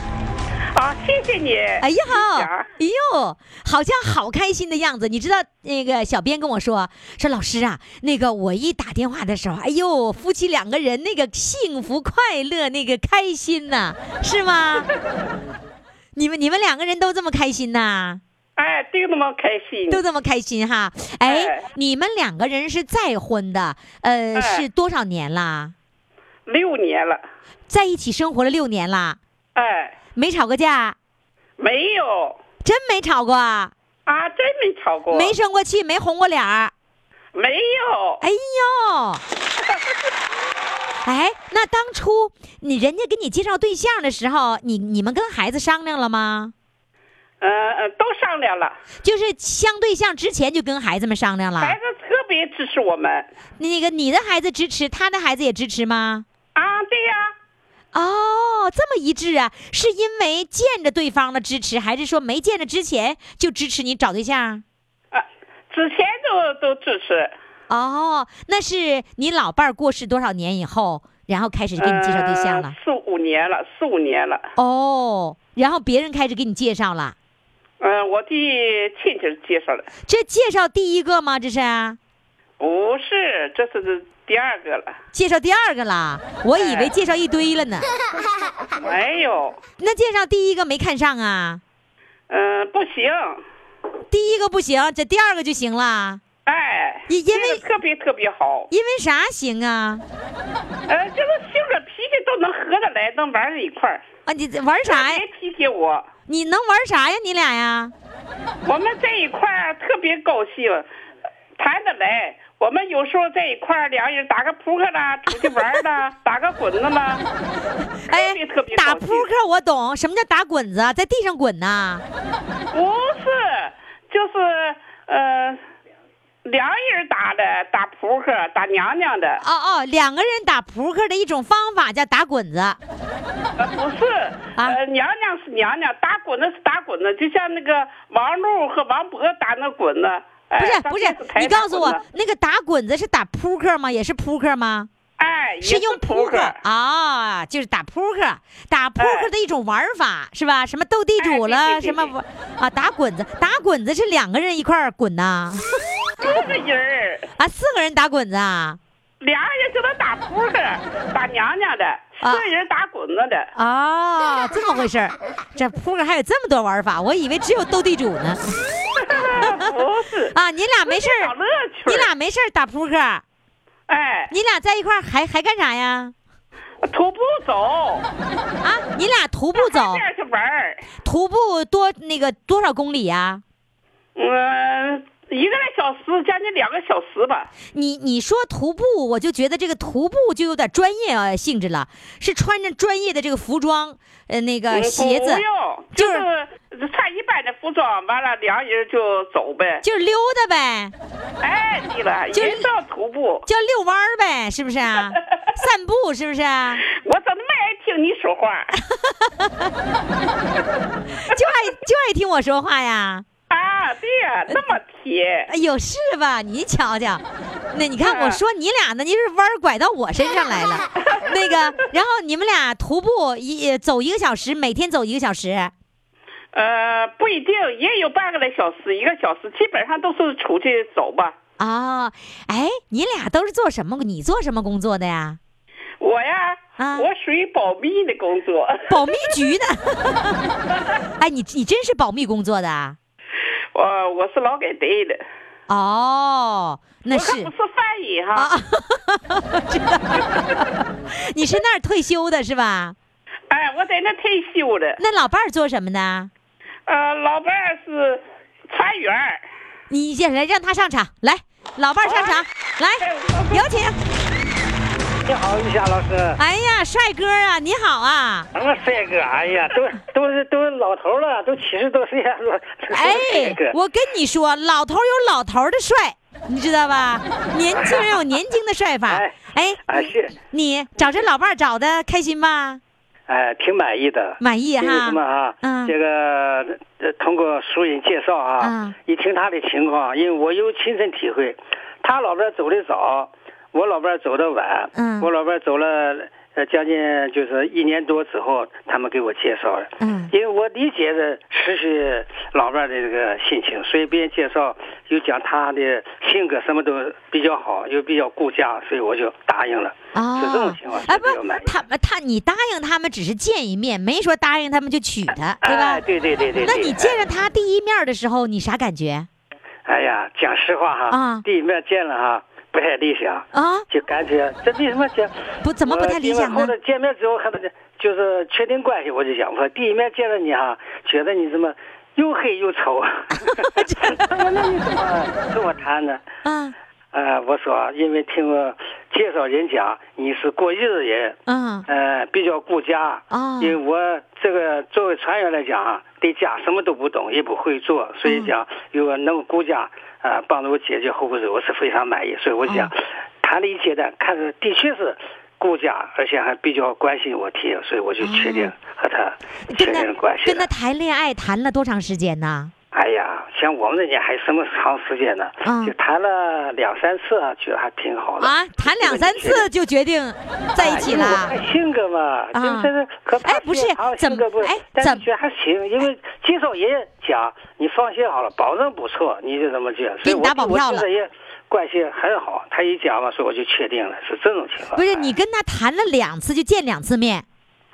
Speaker 9: 好，谢谢你。
Speaker 1: 哎呦
Speaker 9: 小儿，
Speaker 1: 哎呦，好像好开心的样子。你知道那个小编跟我说，说老师啊，那个我一打电话的时候，哎呦，夫妻两个人那个幸福快乐，那个开心呐、是吗？你们你们两个人都这么开心呐、
Speaker 10: 哎，就那么开心。
Speaker 1: 都这么开心哈。哎，
Speaker 10: 哎
Speaker 1: 你们两个人是再婚的，呃，
Speaker 10: 哎
Speaker 1: 是多少年啦？
Speaker 10: 六年了，
Speaker 1: 在一起生活了六年啦，
Speaker 10: 哎，
Speaker 1: 没吵过架，
Speaker 10: 没有
Speaker 1: 真没吵过，啊，
Speaker 10: 啊，真没吵过，
Speaker 1: 没生过气，没红过脸儿。
Speaker 10: 没有，
Speaker 1: 哎
Speaker 10: *laughs*
Speaker 1: 呦，哎，那当初你人家给你介绍对象的时候，你你们跟孩子商量了吗？
Speaker 10: 嗯、呃、都商量了，
Speaker 1: 就是相对象之前就跟孩子们商量了
Speaker 10: 孩。子特别支持我们
Speaker 1: 那个你的孩子支持，他的孩子也支持吗？
Speaker 10: 啊，对呀、
Speaker 1: 哦，这么一致啊？是因为见着对方的支持，还是说没见着之前就支持你找对象？
Speaker 10: 啊，之前都都支持，
Speaker 1: 哦，那是你老伴儿过世多少年以后，然后开始给你介绍对象了？
Speaker 10: 呃四五年了，四五年了，
Speaker 1: 哦，然后别人开始给你介绍了。
Speaker 10: 嗯、我的亲戚介绍了，
Speaker 1: 这介绍第一个吗？这是
Speaker 10: 不是，这是第二个了，
Speaker 1: 介绍第二个啦，我以为介绍一堆了呢。
Speaker 10: 没有，
Speaker 1: 那介绍第一个没看上啊？
Speaker 10: 嗯、不行，
Speaker 1: 第一个不行，这第二个就行啦。
Speaker 10: 哎，
Speaker 1: 因因为
Speaker 10: 这个特别特别好，
Speaker 1: 因为啥行啊？
Speaker 10: 呃，这个性格脾气都能合得来，能玩在一块儿，
Speaker 1: 啊，你这玩啥呀
Speaker 10: 别？提起我。
Speaker 1: 你能玩啥呀？你俩呀？
Speaker 10: 我们在一块儿特别高兴，谈得来。我们有时候在一块儿，俩人打个扑克啦，出去玩儿
Speaker 1: *laughs*
Speaker 10: 啦，打个滚子啦，
Speaker 1: 哎
Speaker 10: 特别特别，
Speaker 1: 打
Speaker 10: 高
Speaker 1: 扑
Speaker 10: 兴
Speaker 1: 克我懂，什么叫打滚子啊？在地上滚呐、
Speaker 10: 不是，就是呃，两人打的，打扑克，打娘娘的，
Speaker 1: 哦哦，两个人打扑克的一种方法叫打滚子。啊
Speaker 10: 呃不是，呃，娘娘是娘娘，打滚子是打滚子，就像那个王璐和王勃打那滚子。哎
Speaker 1: 不
Speaker 10: 不
Speaker 1: 是不是，你告诉我，那个打滚子是打扑克吗？也是扑克吗？
Speaker 10: 哎，也
Speaker 1: 是用
Speaker 10: 扑
Speaker 1: 克啊、就是打扑克，打扑克的一种玩法、是吧？什么斗地主了，
Speaker 10: 哎哎对对对
Speaker 1: 什么玩啊？打滚子，打滚子是两个人一块儿滚呐、
Speaker 10: 四个人儿。
Speaker 1: 啊，四个人打滚子啊？
Speaker 10: *laughs* 俩人就能打扑克，打娘娘的，四个人打滚子的。
Speaker 1: 哦，这么回事儿，这扑克还有这么多玩法，我以为只有斗地主呢。
Speaker 10: 不是，
Speaker 1: 啊，你俩没事
Speaker 10: 找
Speaker 1: 儿，
Speaker 10: 乐趣儿。
Speaker 1: 你俩没事儿打扑克，
Speaker 10: 哎，
Speaker 1: 你俩在一块儿还还干啥呀？
Speaker 10: 徒步走，
Speaker 1: 啊，你俩徒步走
Speaker 10: 这，样去玩儿。
Speaker 1: 徒步多那个多少公里呀、
Speaker 10: 嗯，一个来小时，将近两个小时吧。
Speaker 1: 你你说徒步，我就觉得这个徒步就有点专业呃性质了，是穿着专业的这个服装，呃，那个
Speaker 10: 嗯
Speaker 1: 鞋子
Speaker 10: 不，用，
Speaker 1: 就
Speaker 10: 就是是穿一般的服装，完了俩人就走呗。
Speaker 1: 就是溜达呗，
Speaker 10: 哎，对了，
Speaker 1: 就是
Speaker 10: 人造徒步。
Speaker 1: 叫遛弯儿呗，是不
Speaker 10: *laughs*
Speaker 1: 是啊？散步是不是啊？
Speaker 10: 我怎么爱听你说话？
Speaker 1: *laughs* 就爱就爱听我说话呀？呃
Speaker 10: 啊，对呀、那么甜。
Speaker 1: 哎呦，是吧？你瞧瞧，那你看
Speaker 10: 嗯
Speaker 1: 我说你俩呢，你是弯儿拐到我身上来了，那个，然后你们俩徒步一呃走一个小时，每天走一个小时。
Speaker 10: 呃，不一定，也有半个来小时，一个小时，基本上都是出去走吧。
Speaker 1: 哦，哎，你俩都是做什么？你做什么工作的呀？
Speaker 10: 我呀，
Speaker 1: 啊
Speaker 10: 我属于保密的工作，
Speaker 1: 保密局的。 *laughs* 哎，你你真是保密工作的啊？
Speaker 10: 呃我我是劳改队的，
Speaker 1: 哦，那
Speaker 10: 我
Speaker 1: 是
Speaker 10: 可不是翻译哈，
Speaker 1: 啊，知道。你是那儿退休的是吧？
Speaker 10: 哎，我在那退休了，
Speaker 1: 那老伴儿做什么的？
Speaker 10: 呃，老伴儿是船员儿，
Speaker 1: 你先来让他上场，来，老伴儿上场，
Speaker 10: 哎
Speaker 1: 来，
Speaker 10: 我 *laughs*
Speaker 1: 有请。
Speaker 5: 你好，玉霞老师。
Speaker 1: 哎呀，帅哥啊，你好啊！
Speaker 5: 什么帅哥？哎呀，都都是都是老头了，都七十多岁了。
Speaker 11: *laughs*
Speaker 1: 哎，我跟你说，老头儿有老头儿的帅，你知
Speaker 11: *laughs*
Speaker 1: 道吧？年轻人有年轻的帅法
Speaker 5: 哎。
Speaker 1: 哎，
Speaker 11: 啊
Speaker 5: 哎是，
Speaker 1: 你找这老伴儿找的开心吧？
Speaker 5: 哎，挺满意的。
Speaker 1: 满意
Speaker 5: 因为
Speaker 1: 哈
Speaker 5: 什么？啊？
Speaker 1: 嗯
Speaker 5: 这个呃通过熟人介绍啊，
Speaker 1: 嗯
Speaker 5: 一听他的情况，因为我有亲身体会，他老伴儿走的早，我老伴儿走的晚，
Speaker 1: 嗯
Speaker 5: 我老伴儿走了
Speaker 11: 呃，将近就是一年多之后，他们给我介绍了。
Speaker 1: 嗯
Speaker 11: 因为我理解的失去老伴儿的这个心情，所以别人介绍又讲他的性格什么都比较好，又比较顾家，所以我就答应了。
Speaker 1: 啊，
Speaker 11: 是这种情况，
Speaker 1: 哎，
Speaker 11: 是
Speaker 1: 不
Speaker 11: 比较满
Speaker 1: 是
Speaker 11: 意。
Speaker 1: 他们他你答应他们只是见一面，没说答应他们就娶她，对吧？
Speaker 11: 哎，对对对对对。
Speaker 1: 那你见
Speaker 11: 哎
Speaker 1: 着他第一面的时候，你啥感觉
Speaker 11: 哎呀，讲实话哈，
Speaker 1: 啊
Speaker 11: 第一面见了哈，不太理想，
Speaker 1: 啊？
Speaker 11: 就感觉这为什么见？
Speaker 1: 不，怎么不太理想
Speaker 11: 我因为后
Speaker 1: 呢
Speaker 11: 来？见面之后，看到这就是确定关系，我就想，我第一面见到你哈、觉得你怎么又黑又丑？啊
Speaker 1: *laughs*
Speaker 11: *laughs* 那你怎啊么跟我谈呢？
Speaker 1: 啊
Speaker 11: 呃，我说，因为听我介绍人讲，你是过日子人，
Speaker 1: 啊
Speaker 11: 呃，比较顾家。
Speaker 1: 啊
Speaker 11: 因为我这个作为船员来讲啊，对家什么都不懂，也不会做，所以讲如果能够顾家，呃，帮助我解决后顾之忧，我是非常满意。所以我就想，谈了一阶段，看着的确是顾家，而且还比较关心我提，所以我就确定和他确
Speaker 1: 跟
Speaker 11: 定
Speaker 1: 他
Speaker 11: 关系
Speaker 1: 跟
Speaker 11: 了
Speaker 1: 他。谈恋爱谈了多长时间呢？
Speaker 11: 哎呀，像我们这年还什么长时间呢？
Speaker 1: 嗯
Speaker 11: 就谈了两三次啊，觉得还挺好的。
Speaker 1: 啊，谈两三次就决定在一起
Speaker 11: 哎因
Speaker 1: 了
Speaker 11: 为我。看性格嘛，
Speaker 1: 啊
Speaker 11: 就是这个可怕
Speaker 1: 哎不是
Speaker 11: 性格性格不
Speaker 1: 怎么哎
Speaker 11: 但是
Speaker 1: 怎么
Speaker 11: 觉得还行，因为介绍人讲，你放心好了，保证不错，你就这么觉得。所
Speaker 1: 给
Speaker 11: 以
Speaker 1: 你
Speaker 11: 我
Speaker 1: 打保票了
Speaker 11: 我跟这人关系很好，他一讲嘛，所以我就确定了是这种情况。
Speaker 1: 不是你跟他谈了两次就见两次面，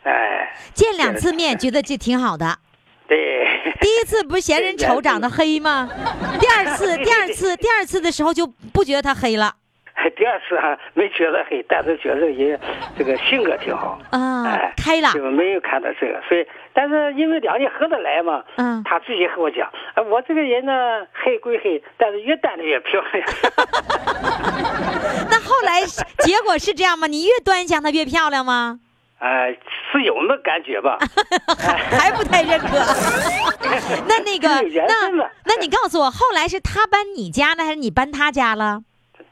Speaker 11: 哎，
Speaker 1: 见两次面觉得这挺好的。
Speaker 11: 对， *laughs*
Speaker 1: 第一次不是嫌人丑长得黑吗？第二
Speaker 11: *laughs*
Speaker 1: 次，第二次，第二次的时候就不觉得他黑了
Speaker 11: 第二次还没觉得黑，但是觉得人这个性格挺好。
Speaker 1: 啊
Speaker 11: 哎，，
Speaker 1: 开朗
Speaker 11: 就没有看到这个，所以但是因为两人合得来嘛，
Speaker 1: 嗯
Speaker 11: 他自己和我讲，哎我这个人呢黑归黑，但是越单的越漂亮。 *laughs*
Speaker 1: 那后来是结果是这样吗？你越端详她越漂亮吗？
Speaker 11: 呃，是有那感觉吧？
Speaker 1: 还还不太认可。 *laughs* 那那个
Speaker 11: 有缘
Speaker 1: 那
Speaker 11: 分吧
Speaker 1: 那你告诉我，后来是他搬你家呢，还是你搬他家了？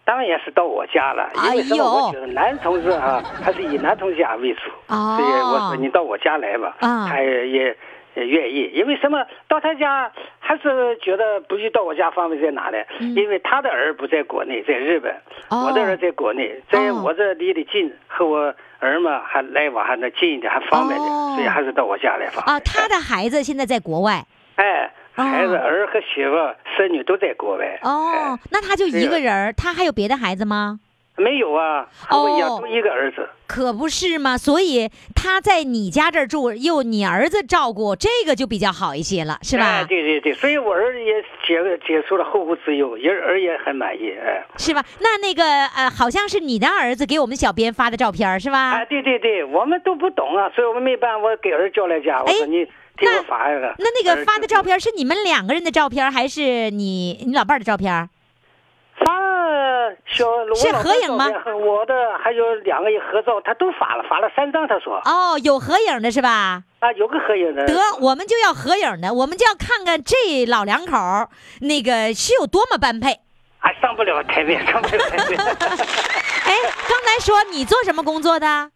Speaker 11: 当然是到我家了，因为什么？
Speaker 1: 哎呦
Speaker 11: 我觉得男同志
Speaker 1: *laughs*
Speaker 11: 啊，还是以男同志家为主，
Speaker 1: 哦
Speaker 11: 所以我说你到我家来吧，
Speaker 1: 啊
Speaker 11: 他也也也愿意。因为什么？到他家还是觉得不去到我家方便在哪呢？因为他的儿不在国内，在日本，
Speaker 1: 嗯哦
Speaker 11: 我的儿在国内，在
Speaker 1: 哦
Speaker 11: 我这离得近，和我儿嘛还来往还能近一点，还方便点，
Speaker 1: 哦
Speaker 11: 所以还是到我家来方便。
Speaker 1: 啊，他的孩子现在在国外
Speaker 11: 哎，孩子、
Speaker 1: 哦
Speaker 11: 儿和媳妇、孙女都在国外。哎
Speaker 1: 哦，那他就一
Speaker 11: 是
Speaker 1: 个人儿，他还有别的孩子吗？
Speaker 11: 没有啊，和我一样，
Speaker 1: 哦
Speaker 11: 就一个儿子。
Speaker 1: 可不是嘛，所以他在你家这儿住，又你儿子照顾，这个就比较好一些了，是吧？
Speaker 11: 哎对对对，所以我儿子也解解除了后顾之忧，也儿也很满意。哎，
Speaker 1: 是吧？那那个呃，好像是你的儿子给我们小编发的照片儿，是吧？
Speaker 11: 哎，对对对，我们都不懂啊，所以我们没办法，我给儿子叫来家，我说你给我发一个。
Speaker 1: 哎那那
Speaker 11: 儿
Speaker 1: 个
Speaker 11: 子
Speaker 1: 发的照片是你们两个人的照片，还是你你老伴儿的照片？
Speaker 11: 发小我
Speaker 1: 是
Speaker 11: 老
Speaker 1: 合
Speaker 11: 公
Speaker 1: 影吗
Speaker 11: 照片我的还有两个合照，他都发了，发了三张，他说
Speaker 1: 哦，有合影的是吧？
Speaker 11: 啊，有个合影的。
Speaker 1: 得，我们就要合影的，我们就要看看这老两口儿那个是有多么般配。 *laughs*
Speaker 11: 啊，上不了台面，上不了台面。 *laughs*
Speaker 1: 哎，刚才说你做什么工作的？
Speaker 11: 啊，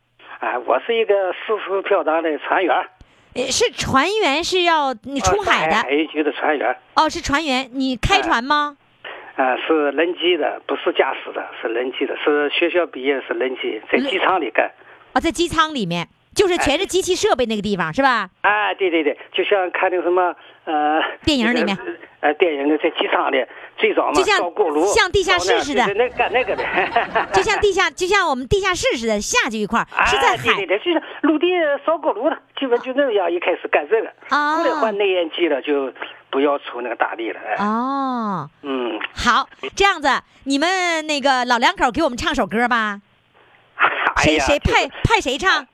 Speaker 11: 我是一个四处飘荡的船员，
Speaker 1: 呃是船员，是要你出海
Speaker 11: 啊海
Speaker 1: 的
Speaker 11: 运局的船呃员。
Speaker 1: 哦，是船员，你开船吗？
Speaker 11: 啊，是轮机的，不是驾驶的，是轮机的，是学校毕业的是轮机，在机场里干。
Speaker 1: 哦，在机舱里面，就是
Speaker 11: 呃
Speaker 1: 全是机器设备那个地方是吧？
Speaker 11: 啊，对对对，就像看那个什么呃
Speaker 1: 电影里面，
Speaker 11: 那个呃电影的在机场里，最早嘛
Speaker 1: 就像
Speaker 11: 烧锅炉，
Speaker 1: 像地下室
Speaker 11: 烧那
Speaker 1: 似的
Speaker 11: 对对那干那个的，
Speaker 1: *laughs* 就像地下，就像我们地下室似的，下去一块儿、
Speaker 11: 啊
Speaker 1: 是在
Speaker 11: 对
Speaker 1: 海
Speaker 11: 对对，就是陆地烧锅炉的，基本就那样。一开始干这个，
Speaker 1: 啊
Speaker 11: 后来换内燃机了，就不要出那个大地了。哎
Speaker 1: 哦。
Speaker 11: 嗯，
Speaker 1: 好，这样子，你们那个老两口给我们唱首歌吧，
Speaker 11: 哎
Speaker 1: 谁
Speaker 11: 呀，
Speaker 1: 谁
Speaker 11: 就是
Speaker 1: 派派谁唱？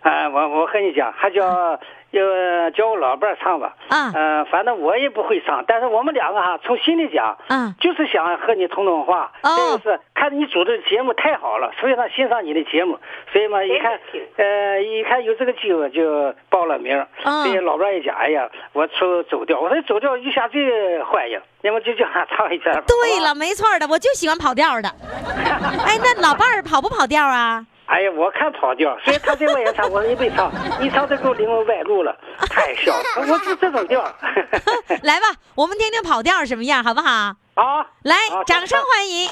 Speaker 11: 啊，我我和你讲，还叫呃叫我老伴儿唱吧。
Speaker 1: 啊
Speaker 11: 呃，反正我也不会唱，但是我们两个哈，从心里讲，
Speaker 1: 啊
Speaker 11: 就是想和你通通话。
Speaker 1: 哦
Speaker 11: 这个是看你主持节目太好了，非常欣赏你的节目，所以
Speaker 1: 哎
Speaker 11: 嘛，一看呃一看有这个机会就报了名。
Speaker 1: 嗯
Speaker 11: 所以老伴儿一讲，哎呀，我出走调，我说走调一下最欢迎，那么就叫他唱一下吧。
Speaker 1: 对
Speaker 11: 好吧
Speaker 1: 了，没错儿的，我就喜欢跑调儿 *laughs* 的。哎，那老伴儿跑不跑调儿啊？
Speaker 11: 哎呀，我看跑调，所以他在我也唱，我也没唱，一唱就给我领我歪路了，太笑了，我是这种调。
Speaker 1: 来吧，我们听听跑调儿什么样，好不好？
Speaker 11: 啊，
Speaker 1: 来
Speaker 11: 好，
Speaker 1: 掌声欢迎！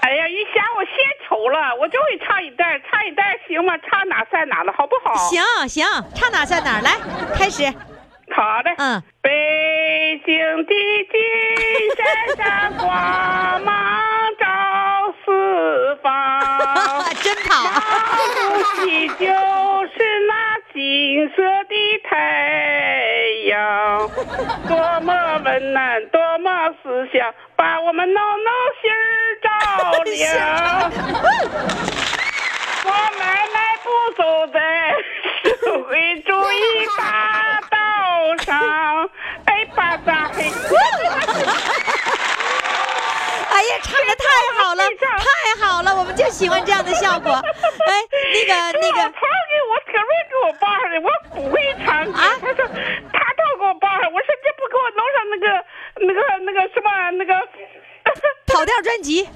Speaker 10: 哎呀，一想我先瞅熟了，我就会唱一段，唱一段行吗？唱哪算哪了，好不好？
Speaker 1: 行行，唱哪算哪儿，来开始。
Speaker 10: 好嘞，
Speaker 1: 嗯，
Speaker 10: 北京的金闪 *laughs* 闪光芒照四方，
Speaker 1: 真好，
Speaker 10: 你就是那金色的太阳，多么温暖，多么慈祥，把我们闹闹心儿照亮。我买卖不走在社会主义大道上，哎，巴扎嘿，
Speaker 1: 哎呀，唱的太好了，太好了，我们就喜欢这样的效果。哎，那个那
Speaker 10: 我
Speaker 1: 个
Speaker 10: 唱。给我可瑞给我爸的，我不会唱歌。
Speaker 1: 啊
Speaker 10: 他说他倒给我爸的，我说这不给我弄上那个那个那个什么那个。
Speaker 1: 跑调专 *laughs* 辑，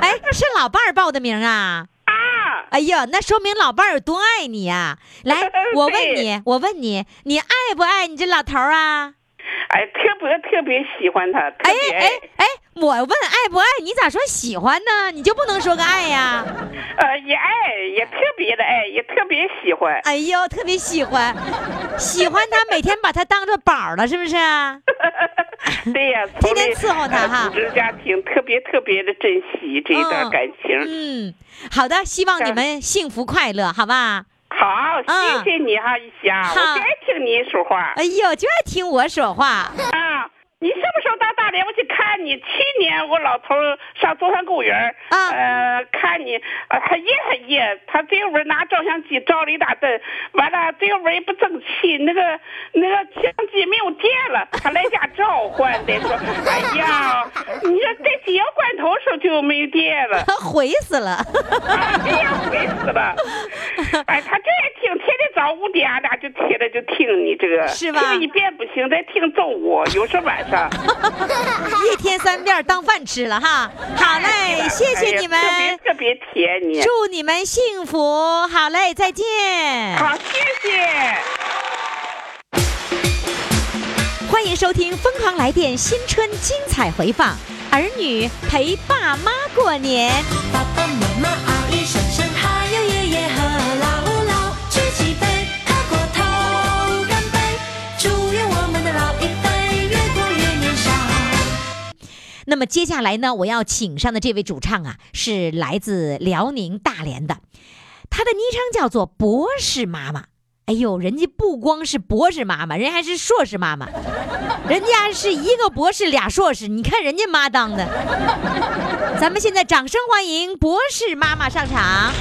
Speaker 1: 哎，是老伴儿报的名啊！
Speaker 10: 啊，
Speaker 1: 哎呀，那说明老伴儿有多爱你呀、来，我问你
Speaker 10: 对，
Speaker 1: *laughs* 我问你，你爱不爱你这老头儿啊？
Speaker 10: 哎，特别特别喜欢他，特
Speaker 1: 哎
Speaker 10: 别
Speaker 1: 哎哎，我问爱不爱你，咋说喜欢呢？你就不能说个爱呀、
Speaker 10: *laughs* 呃也爱，也特别的爱，也特别喜欢。
Speaker 1: 哎呦，特别喜欢，喜欢他，每天把他当做宝儿了，是不是啊？
Speaker 10: *laughs* 对呀、哎
Speaker 1: 天天伺候他哈
Speaker 10: 组织家庭特别特别的珍惜这 *laughs* 一段感情。
Speaker 1: 嗯，好的，希望你们幸福快乐，好吧？
Speaker 10: 好，
Speaker 1: 嗯
Speaker 10: 谢谢你哈，一霞，我
Speaker 1: 好
Speaker 10: 就爱听你说话
Speaker 1: 哎呦，就爱听我说话。
Speaker 10: 啊。你什么时候到大连？我去看你。去年我老头儿上中山公园
Speaker 1: 啊
Speaker 10: 呃，看你，呃很热很热。他这会儿拿照相机照了一大阵，完了这会儿也不争气，那个那个相机没有电了，他来家召唤的
Speaker 1: *laughs*
Speaker 10: 说：“哎呀，你说这紧要关头时候就没电了。”
Speaker 1: *laughs* 毁死了！
Speaker 10: 啊，这样悔死
Speaker 1: *laughs*
Speaker 10: 了。哎，他这也听，天天早五点俺俩就起来就听你这个，
Speaker 1: 是吧
Speaker 10: 听一遍不行，再听中午，有时候晚上。
Speaker 1: *laughs* 一天三遍当饭吃
Speaker 10: *laughs*
Speaker 1: 了哈。好嘞，谢谢你们，
Speaker 10: 哎呀特别特别甜你。
Speaker 1: 祝你们幸福。好嘞，再见。
Speaker 10: 好，谢谢。
Speaker 1: 欢迎收听《疯狂来电》新春精彩回放，儿女陪爸妈过年。
Speaker 2: 爸爸妈妈、阿姨、婶婶，还有爷爷和姥姥，举起杯，喝过头，干杯！祝愿我们的老一辈越活越年少。
Speaker 1: 那么接下来呢，我要请上的这位主唱啊，是来自辽宁大连的，她的昵称叫做博士妈妈。哎呦，人家不光是博士妈妈，人家还是硕士妈妈，人家是一个博士俩硕士，你看人家妈当的。咱们现在掌声欢迎博士妈妈上场。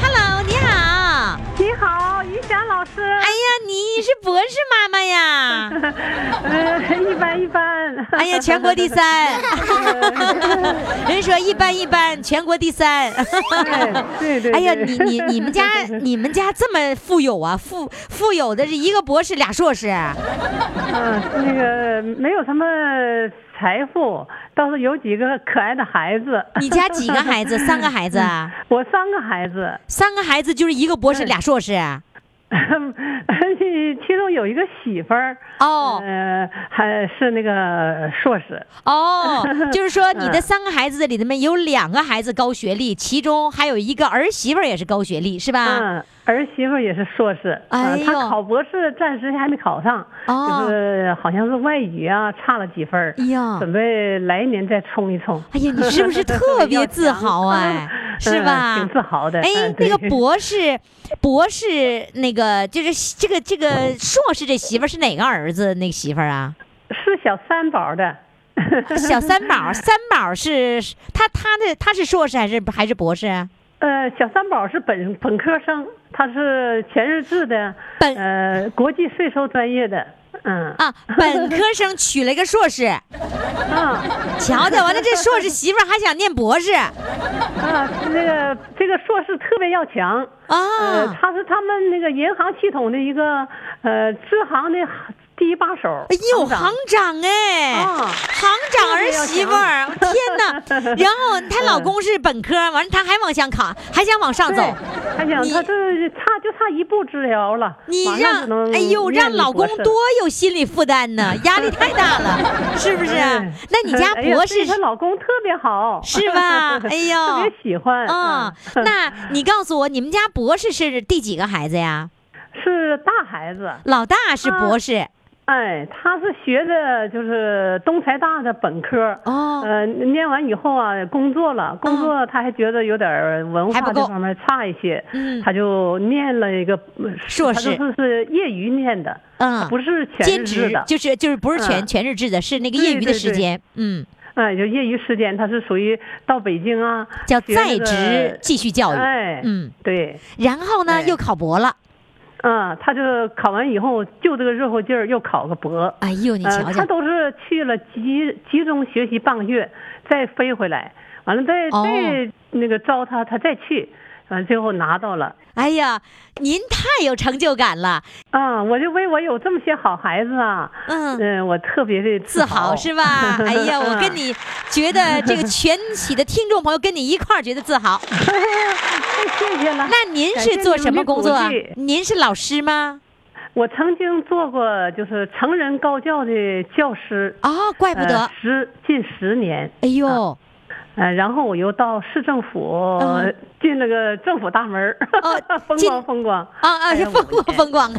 Speaker 1: Hello，你好。
Speaker 5: 你好，于翔老师。
Speaker 1: 哎呀，你是博士妈妈呀？
Speaker 5: *laughs* 呃，一般一般。 *laughs*
Speaker 1: 哎呀，全国第三！人说一般一般，全国第三。
Speaker 5: 对对对。
Speaker 1: 哎呀，你你你们
Speaker 5: *laughs*
Speaker 1: 家你们家这么富有啊？富富有的是一个博士俩硕士，
Speaker 5: 嗯，啊那个没有什么财富，倒是有几个可爱的孩子。嗯
Speaker 1: 你家几个孩
Speaker 5: *laughs*
Speaker 1: 子？三个孩子啊，
Speaker 5: 我三个孩子，
Speaker 1: 三个孩子就是一个博士俩硕士。啊
Speaker 5: *laughs* 其中有一个媳妇儿，
Speaker 1: 哦
Speaker 5: 呃，还是那个硕士。 *laughs*
Speaker 1: 哦，就是说你
Speaker 5: 啊
Speaker 1: 的三个孩子里面有两个孩子高学历，其中还有一个儿媳妇儿也是高学历，是吧？
Speaker 5: 嗯，儿媳妇儿也是硕士，
Speaker 1: 啊哎
Speaker 5: 啊，
Speaker 1: 呦
Speaker 5: 她考博士暂时还没考上，
Speaker 1: 哦
Speaker 5: 就是好像是外语啊差了几分儿，
Speaker 1: 哎呀
Speaker 5: 准备来年再冲一冲。
Speaker 1: 哎呀，你
Speaker 5: *laughs*
Speaker 1: 是不是特别自豪啊？是吧？
Speaker 5: 嗯挺自豪的。
Speaker 1: 哎
Speaker 5: 嗯，
Speaker 1: 那
Speaker 5: 对
Speaker 1: 个博士，博士那个就是这个这个硕士这媳妇儿是哪个儿子那个媳妇儿啊？
Speaker 5: 是小三宝的，
Speaker 1: *laughs* 小三宝，三宝是他他的他是硕士还是还是博士啊？
Speaker 5: 呃，小三宝是本本科生，他是全日制的，
Speaker 1: 本
Speaker 5: 呃国际税收专业的，嗯
Speaker 1: 啊，
Speaker 5: *laughs*
Speaker 1: 本科生娶了一个硕士，
Speaker 5: 啊
Speaker 1: 瞧瞧，完了这硕士媳妇儿还想念博士啊？
Speaker 5: 啊，那个这个硕士特别要强。
Speaker 1: 啊
Speaker 5: 呃，他是他们那个银行系统的一个呃支行的第一把手。
Speaker 1: 哎呦，行长哎，
Speaker 5: 啊
Speaker 1: 行长儿媳妇儿，我
Speaker 7: *laughs*
Speaker 1: 天哪！然后她老公是本科，完了她还往上考，还想往上走，
Speaker 7: 哎呀，他这差就差一步治疗了，
Speaker 1: 你
Speaker 7: 马上
Speaker 1: 让
Speaker 7: 就能
Speaker 1: 哎呦，
Speaker 7: 面
Speaker 1: 让
Speaker 7: 壁
Speaker 1: 老公
Speaker 7: 博士
Speaker 1: 多有心理负担
Speaker 7: *laughs*
Speaker 1: 呢，压力太大了，是不是啊？那你家
Speaker 7: 哎呀
Speaker 1: 博士
Speaker 7: 对她老公特别好，？
Speaker 1: 是吧
Speaker 7: *laughs* 特
Speaker 1: 哎呦，
Speaker 7: 别喜欢嗯
Speaker 1: 啊、 *laughs* 那你告诉我，你们家博士是第几个孩子呀？
Speaker 7: 是大孩子，啊
Speaker 1: 老大是博士。
Speaker 7: 哎，他是学的就是东财大的本科
Speaker 1: 哦，嗯
Speaker 7: 呃，念完以后啊，工作了，工作他还觉得有点儿文化这方面差一些，
Speaker 1: 嗯
Speaker 7: 他就念了一个呃
Speaker 1: 硕士
Speaker 7: 他就是业余念的，
Speaker 1: 嗯，
Speaker 7: 不是全
Speaker 1: 兼
Speaker 7: 日制
Speaker 1: 职
Speaker 7: 的，
Speaker 1: 就是就是不是全、
Speaker 7: 嗯
Speaker 1: 全日制的，是那个业余的时间，嗯，
Speaker 7: 哎，就业余时间，他是属于到北京啊，
Speaker 1: 叫
Speaker 7: 学那
Speaker 1: 在
Speaker 7: 个
Speaker 1: 职继续教育，
Speaker 7: 哎，
Speaker 1: 嗯，
Speaker 7: 对，
Speaker 1: 然后呢、
Speaker 7: 哎
Speaker 1: 又考博了，
Speaker 7: 嗯，他就考完以后就这个热乎劲儿，又考个博。
Speaker 1: 哎呦，你瞧
Speaker 7: 呃，
Speaker 1: 瞧
Speaker 7: 他，都是去了集集中学习半个月，再飞回来，完了再、
Speaker 1: 哦
Speaker 7: 再那个招他，他再去，完了最后拿到了。
Speaker 1: 哎呀，您太有成就感了，
Speaker 7: 啊，我就为我有这么些好孩子啊，
Speaker 1: 嗯
Speaker 7: 嗯、我特别的
Speaker 1: 自豪是吧？
Speaker 7: *laughs*
Speaker 1: 哎呀，我跟你觉得这个全体的听众朋友跟你一块儿觉得自豪。
Speaker 7: *laughs* 谢谢了。
Speaker 1: 那您
Speaker 7: 感谢
Speaker 1: 是做什么工作啊
Speaker 7: 你们的鼓？励
Speaker 1: 您是老师吗？
Speaker 7: 我曾经做过就是成人高教的教师
Speaker 1: 啊、哦，怪不得
Speaker 7: 呃，十近十年，
Speaker 1: 哎呦，
Speaker 7: 呃，然后我又到市政府、
Speaker 1: 嗯
Speaker 7: 进了个政府大门儿， *laughs*
Speaker 1: 哦
Speaker 7: 风
Speaker 1: 进
Speaker 7: 光风光。
Speaker 1: 啊啊，
Speaker 7: 哎
Speaker 1: 是
Speaker 7: 呀
Speaker 1: 风光风光，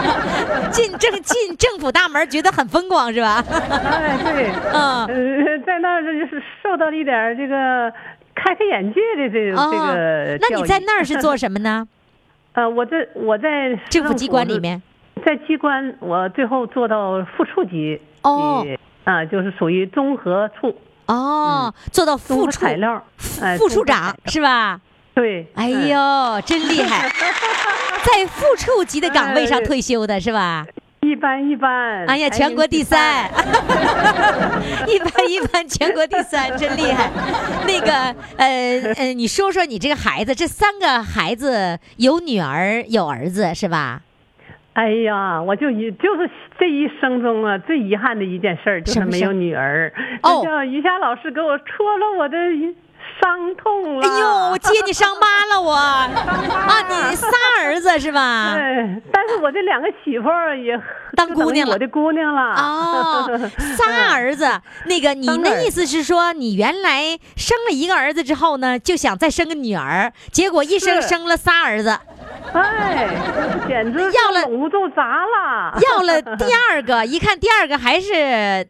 Speaker 7: *laughs*
Speaker 1: 进政进政府大门觉得很风光是吧？
Speaker 7: 哎，对，
Speaker 1: 嗯
Speaker 7: 呃，在那儿就是受到了一点儿这个开开眼界的这个、这
Speaker 1: 哦
Speaker 7: 个，
Speaker 1: 那你在那儿是做
Speaker 7: 什？
Speaker 1: 什么呢？
Speaker 7: *laughs* 呃，我在我在市
Speaker 1: 政府机关里面，
Speaker 7: 在机关我最后做到副处级
Speaker 1: 哦
Speaker 7: 级啊、就是属于综合处嗯
Speaker 1: 哦，做到
Speaker 7: 综
Speaker 1: 副
Speaker 7: 合
Speaker 1: 处
Speaker 7: 材料，哎
Speaker 1: 副处长是吧？
Speaker 7: 对，
Speaker 1: 哎
Speaker 7: 嗯
Speaker 1: 呦，真厉害，在副处级的岗位上
Speaker 7: 哎
Speaker 1: 退休的是吧？
Speaker 7: 一般一般。
Speaker 1: 哎呀，全国第三， *laughs* 一般一般，全国第三，真厉害。那个，呃呃，你说说你这个孩子，这三个孩子有女儿有儿子是吧？
Speaker 7: 哎呀，我就一就是这一生中啊，最遗憾的一件事儿就
Speaker 1: 什
Speaker 7: 是
Speaker 1: 么
Speaker 7: 没
Speaker 1: 事儿
Speaker 7: 有女儿。
Speaker 1: 哦
Speaker 7: 这叫于霞老师给我戳了我的伤痛啊了。
Speaker 1: 哎呦，我揭你伤疤
Speaker 7: *laughs*
Speaker 1: 了我啊！你仨儿子是吧？
Speaker 7: 哎，但是我这两个媳妇儿也
Speaker 1: 当姑娘
Speaker 7: 就等于
Speaker 1: 了
Speaker 7: 我的姑娘了。 *laughs*
Speaker 1: 哦，仨儿子，那个你
Speaker 7: 啊三个儿
Speaker 1: 的
Speaker 7: 子
Speaker 1: 意思是说，你原来生了一个儿子之后呢，就想再生个女儿，结果一生
Speaker 7: 是
Speaker 1: 生了仨儿子，
Speaker 7: 哎，简直
Speaker 1: 要了
Speaker 7: 捂住砸了。
Speaker 1: 要了第二个，一看第二个还是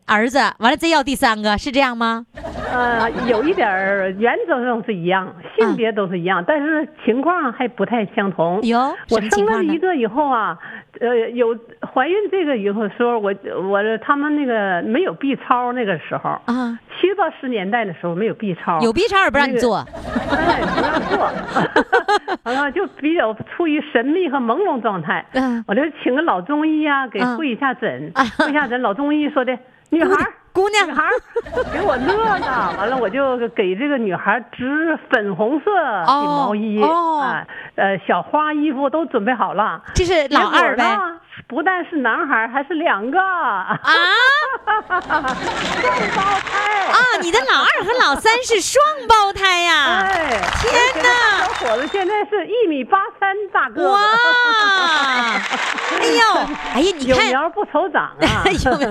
Speaker 1: 儿子，完了再要第三个，是这样吗？
Speaker 7: 呃，有一点儿原则上是一样，
Speaker 1: 嗯
Speaker 7: 性别都是一样，但是情况还不太相同。
Speaker 1: 哟
Speaker 7: 我
Speaker 1: 什么情
Speaker 7: 生
Speaker 1: 况
Speaker 7: 了
Speaker 1: 呢
Speaker 7: 一个以后啊，呃，有怀孕这个以后说，我我他们那个没有 B 超那个时候，
Speaker 1: 啊，
Speaker 7: 七八十年代的时候没有 B 超，
Speaker 1: 有 B 超也不让你做，
Speaker 7: 哎不让做， *laughs* 完了啊就比较处于神秘和朦胧状态。
Speaker 1: 嗯
Speaker 7: 我就请个老中医啊，给
Speaker 1: 嗯
Speaker 7: 会一下诊，
Speaker 1: 啊
Speaker 7: 会一下诊。老中医说的，女孩儿。
Speaker 1: 姑
Speaker 7: 女
Speaker 1: 娘 *laughs*
Speaker 7: 孩儿给我乐的，完了我就给这个女孩织粉红色的毛衣，
Speaker 1: 哦
Speaker 7: 啊，呃，小花衣服都准备好了。
Speaker 1: 这是老二
Speaker 7: 结果。
Speaker 1: 呗
Speaker 7: 呢，不但是男孩儿，还是两个 *laughs* 啊，
Speaker 1: 啊
Speaker 7: 双
Speaker 1: *laughs*
Speaker 7: 胞胎
Speaker 1: 啊！你的
Speaker 7: *laughs*
Speaker 1: 老二和老三是双胞胎呀、
Speaker 7: 哎，
Speaker 1: 天哪
Speaker 7: 小伙子现在是一米八三大个子，
Speaker 1: 哇！哎呦，哎呀，你
Speaker 7: 有
Speaker 1: 看，
Speaker 7: 苗不愁长啊！
Speaker 1: *laughs* 有没有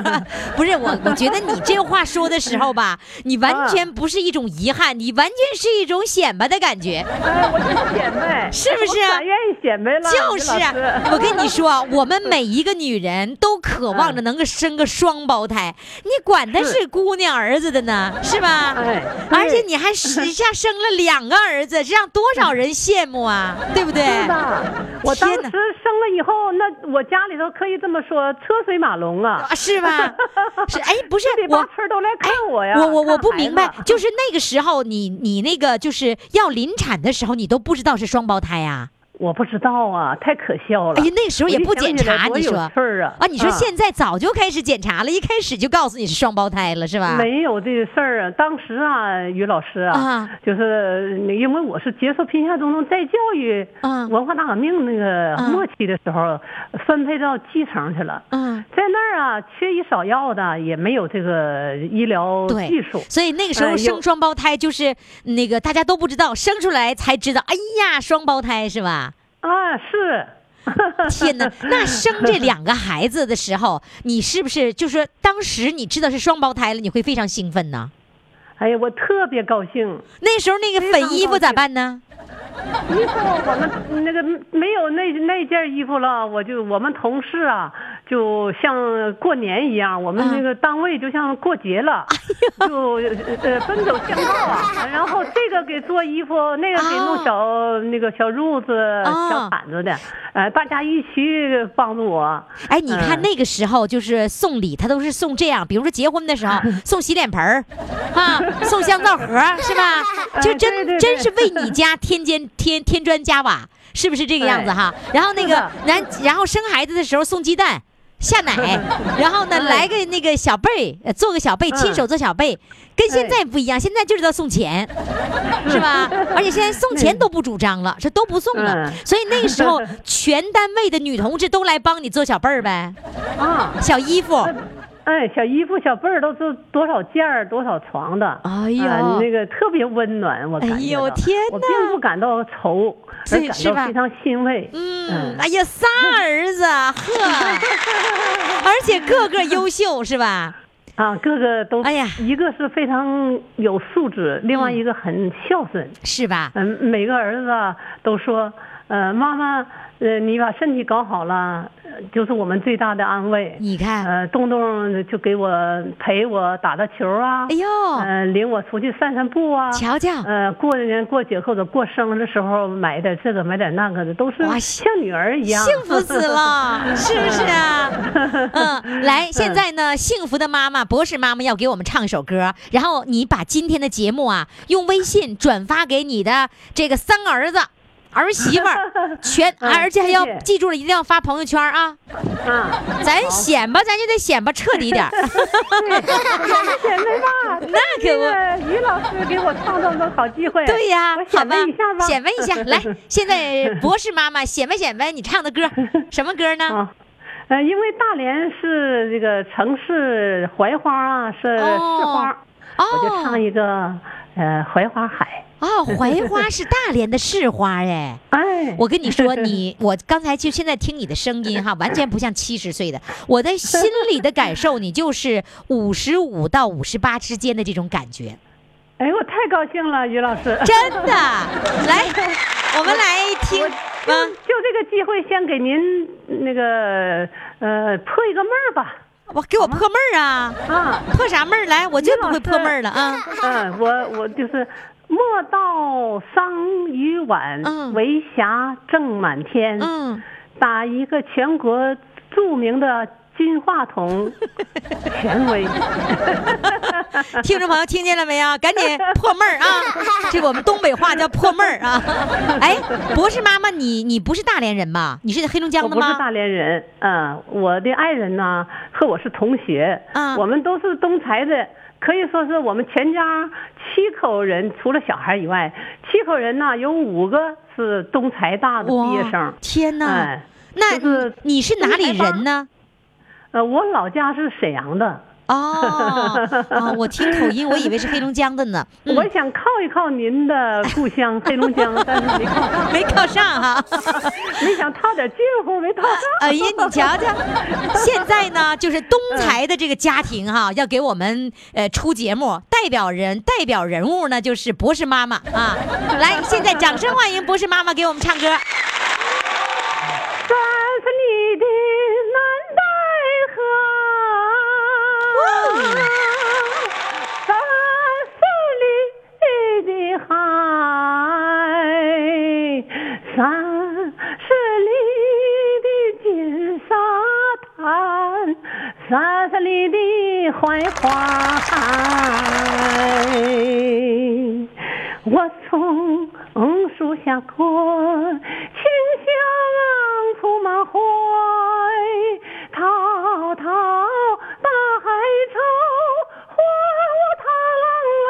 Speaker 1: 不是我，我觉得你这话说的时候吧，你
Speaker 7: 啊
Speaker 1: 完全不是一种遗憾，你完全是一种显摆的感觉。
Speaker 7: 哎，我就是显摆，
Speaker 1: 是不是
Speaker 7: *laughs* 我咋愿意显摆了？
Speaker 1: 就是啊
Speaker 7: 李老师，
Speaker 1: 我跟你说，啊 *laughs* 我们每一个女人都渴
Speaker 7: 嗯
Speaker 1: 望着能够生个双胞胎，你管他是姑娘儿子的呢，是吧？
Speaker 7: 哎对
Speaker 1: 而且你还一下生了两个儿子，这让多少人羡慕啊，对不对？
Speaker 7: 哎是的， *laughs* 我当时
Speaker 1: 天哪
Speaker 7: 生了以后，那我家里头可以这么说，车水马龙啊
Speaker 1: 啊，，是吧？是哎，不
Speaker 7: *laughs*
Speaker 1: 是
Speaker 7: 这
Speaker 1: 我哎
Speaker 7: 八村儿都来看我哎呀！
Speaker 1: 我我我
Speaker 7: 看
Speaker 1: 不
Speaker 7: 孩
Speaker 1: 明
Speaker 7: 子
Speaker 1: 白，就是那个时候你你那个就是要临产的时候，你都不知道是双胞胎呀、啊
Speaker 7: 我不知道啊，太可笑了。
Speaker 1: 哎呀，那时候也不检查，
Speaker 7: 我一
Speaker 1: 你
Speaker 7: 想起来多有
Speaker 1: 说
Speaker 7: 趣儿啊！
Speaker 1: 你说现在早就开始检查了，一开始就告诉你是双胞胎了，是吧？
Speaker 7: 没有这个事儿啊，当时啊，于老师啊，
Speaker 1: 啊
Speaker 7: 就是那因为我是接受贫下中农再教育、
Speaker 1: 啊
Speaker 7: 文化大革命那个末期的时候，分配到基层去了。
Speaker 1: 嗯，
Speaker 7: 在那儿啊，缺医少药的，也没有这个医疗
Speaker 1: 对
Speaker 7: 技术，
Speaker 1: 所以那个时
Speaker 7: 呃
Speaker 1: 候
Speaker 7: 有
Speaker 1: 生双胞胎就是那个大家都不知道，生出来才知道，哎呀，双胞胎是吧？
Speaker 7: 啊，是。 *laughs*
Speaker 1: 天哪，那生这两个孩子的时候，你是不是就说当时你知道是双胞胎了，你会非常兴奋呢？
Speaker 7: 哎呀，我特别高兴。
Speaker 1: 那时候那个粉衣服咋办呢？
Speaker 7: 衣服我们那个没有那那件衣服了，我就我们同事啊，就像过年一样，我们那个单位就像过节了，
Speaker 1: 哎
Speaker 7: 就呃奔走相告
Speaker 1: *laughs*
Speaker 7: 啊。然后这个给做衣服，那个给弄小、那个小褥子、
Speaker 1: 哦
Speaker 7: 小毯子的，呃，大家一起帮助我。
Speaker 1: 哎，你看
Speaker 7: 嗯
Speaker 1: 那个时候就是送礼，他都是送这样，比如说结婚的
Speaker 7: *laughs*
Speaker 1: 时候送洗脸盆儿，啊，送香皂盒
Speaker 7: *laughs*
Speaker 1: 儿是吧？就
Speaker 7: 哎
Speaker 1: 真、
Speaker 7: 对对对
Speaker 1: 真是为你家添砖添添砖加瓦，是不是这个样子哈？然后那
Speaker 7: 是
Speaker 1: 个
Speaker 7: 的
Speaker 1: 男，然后生孩子的时候送鸡蛋。下
Speaker 7: *laughs*
Speaker 1: 奶，然后呢，
Speaker 7: 哎
Speaker 1: 来个那个小被，呃做个小被，亲
Speaker 7: 嗯
Speaker 1: 手做小被，跟现在不一样，现在就知道送钱，
Speaker 7: *laughs*
Speaker 1: 是吧？而且现在送钱都不主张了，这都不送了
Speaker 7: 嗯，
Speaker 1: 所以哎那个时
Speaker 7: *laughs*
Speaker 1: 候全单位的女同志都来帮你做小被儿呗。
Speaker 7: 啊，
Speaker 1: 小衣服。
Speaker 7: 哎，小衣服、小被儿都是多少件儿、多少床的，
Speaker 1: 哎呦
Speaker 7: 啊那个特别温暖，我感觉到
Speaker 1: 哎呦天
Speaker 7: 我并不感到愁，而
Speaker 1: 对
Speaker 7: 感
Speaker 1: 是吧
Speaker 7: 到非常欣慰。
Speaker 1: 嗯，哎呀，仨儿子，
Speaker 7: *laughs*
Speaker 1: 呵，而且个个优秀
Speaker 7: *laughs*
Speaker 1: 是吧？
Speaker 7: 啊，个个都，
Speaker 1: 哎呀嗯
Speaker 7: 一个是非常有素质，另外一个很孝顺。
Speaker 1: 是吧？
Speaker 7: 嗯，每个儿子啊都说，呃，妈妈，呃，你把身体搞好了，呃就是我们最大的安慰。
Speaker 1: 你看，
Speaker 7: 呃，动动就给我陪我打打球啊，
Speaker 1: 哎呦，
Speaker 7: 嗯，领我出去散散步啊。
Speaker 1: 瞧瞧，
Speaker 7: 呃，过年过节或者过生日的时候买点这个买点那个的，都是
Speaker 1: 哇
Speaker 7: 像女儿一样，
Speaker 1: 幸福死
Speaker 7: *laughs*
Speaker 1: 了，是不是啊？嗯，来，现在呢，幸福的妈妈，博士妈妈要给我们唱一首歌，然后你把今天的节目啊，用微信转发给你的这个三个儿子、儿媳妇
Speaker 7: *laughs*
Speaker 1: 儿，全，
Speaker 7: 嗯
Speaker 1: 而且还要
Speaker 7: 谢谢
Speaker 1: 记住了，一定要发朋友圈啊。
Speaker 7: 啊，
Speaker 1: 咱显吧，咱就得显吧彻底
Speaker 7: *laughs*
Speaker 1: 点儿。
Speaker 7: 姐妹吧，
Speaker 1: 那可不
Speaker 7: 不，于老师给我创造的好机会，
Speaker 1: 对呀、
Speaker 7: 我
Speaker 1: 好
Speaker 7: 显
Speaker 1: 吧
Speaker 7: 摆一下，吧，
Speaker 1: 显摆一下。来，
Speaker 7: *laughs*
Speaker 1: 现在博士妈妈显摆显摆你唱的歌，什么歌呢？
Speaker 7: 啊。呃，因为大连是这个城市槐花啊，是市
Speaker 1: 哦
Speaker 7: 花，我就唱
Speaker 1: 哦，
Speaker 7: 一个呃槐花海，
Speaker 1: 哦，槐花是大连的市花哎。
Speaker 7: *laughs* 哎，
Speaker 1: 我跟你
Speaker 7: *laughs*
Speaker 1: 说，你我刚才就现在听你的声音哈，完全不像七十岁的。我的心里的感受，你就是五十五到五十八之间的这种感觉，
Speaker 7: 哎，我太高兴了，于老师，
Speaker 1: *laughs*
Speaker 7: *laughs*
Speaker 1: 真的。来，我们来听啊，
Speaker 7: 就这个机会，先给您那个呃破一个闷儿吧。
Speaker 1: 我给我破闷儿啊，
Speaker 7: 啊，
Speaker 1: 破啥闷儿？来，我最不会破闷儿了啊。
Speaker 7: 嗯，我我就是莫道桑榆晚
Speaker 1: 嗯，
Speaker 7: 为霞正满天。
Speaker 1: 嗯，
Speaker 7: 打一个全国著名的金话
Speaker 1: *laughs*
Speaker 7: 筒权威。
Speaker 1: *laughs* 听众朋友听见了没有？赶紧破闷儿
Speaker 7: *laughs*
Speaker 1: 啊！这个我们东北话叫破闷儿啊！哎，博士妈妈，你你不是大连人吧？你是黑 *laughs* 龙江
Speaker 7: 我
Speaker 1: 的
Speaker 7: 不是
Speaker 1: 吗？
Speaker 7: 大连人，嗯，我的爱人呢和我是同学，
Speaker 1: 啊
Speaker 7: 我们都是东财的，可以说是我们全家七口人，除了小孩以外，七口人呢有五个是东财大的毕业生，
Speaker 1: 天哪
Speaker 7: 哎！
Speaker 1: 那
Speaker 7: 就是
Speaker 1: 你是哪里人呢？
Speaker 7: 呃，我老家是沈阳的，
Speaker 1: 哦，哦，我听口音，我以为是黑龙江
Speaker 7: *laughs*
Speaker 1: 的呢。嗯
Speaker 7: 我想靠一靠您的故乡黑龙江，但是没靠上，
Speaker 1: *laughs* 没考上哈、
Speaker 7: *laughs* 没想套点近乎，没套上。
Speaker 1: *laughs* 哎呀，你瞧瞧，现在呢，就是东财的这个家
Speaker 7: *laughs*
Speaker 1: 庭哈、要给我们呃出节目，代表人代表人物呢就是博士妈妈啊。来，现在掌声欢迎博士妈妈给我们唱歌。
Speaker 7: 三分你的南戴河，三十里的海，三十里的金沙滩，三十里的槐花海。我从榕树下过，轻轻
Speaker 12: 满怀，滔滔大海愁，花无他郎来，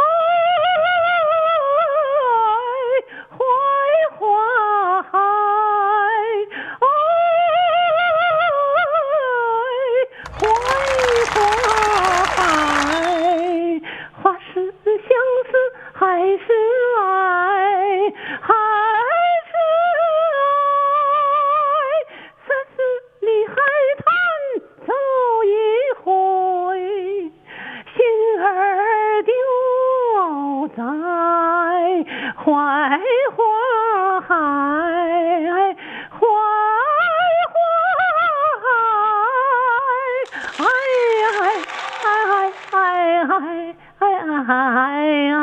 Speaker 12: 哎，怀怀海，哎，怀怀海。花是相思还是爱？还是爱？三十里海滩走一回，心儿丢在怀花海，怀花海，哎哎哎哎哎哎哎哎！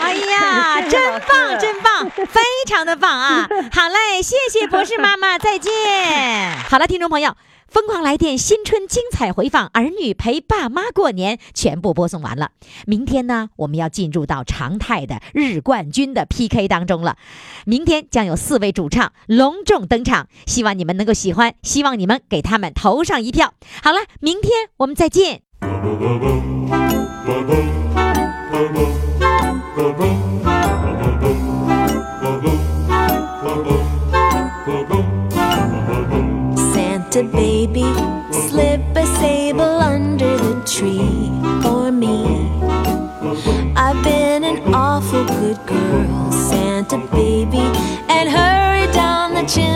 Speaker 1: 哎呀， *laughs* 真棒，真棒，非常的棒 *laughs* 啊！好嘞，谢谢博士妈妈，再见。好了，听众朋友，《疯狂来电》新春精彩回放，《儿女陪爸妈过年》全部播送完了。明天呢，我们要进入到常态的日冠军的 PK 当中了。明天将有四位主唱隆重登场，希望你们能够喜欢，希望你们给他们投上一票。好了，明天我们再见。
Speaker 2: Santa baby, slip a sable under the tree for me. I've been an awful good girl, Santa baby, and hurry down the chimney.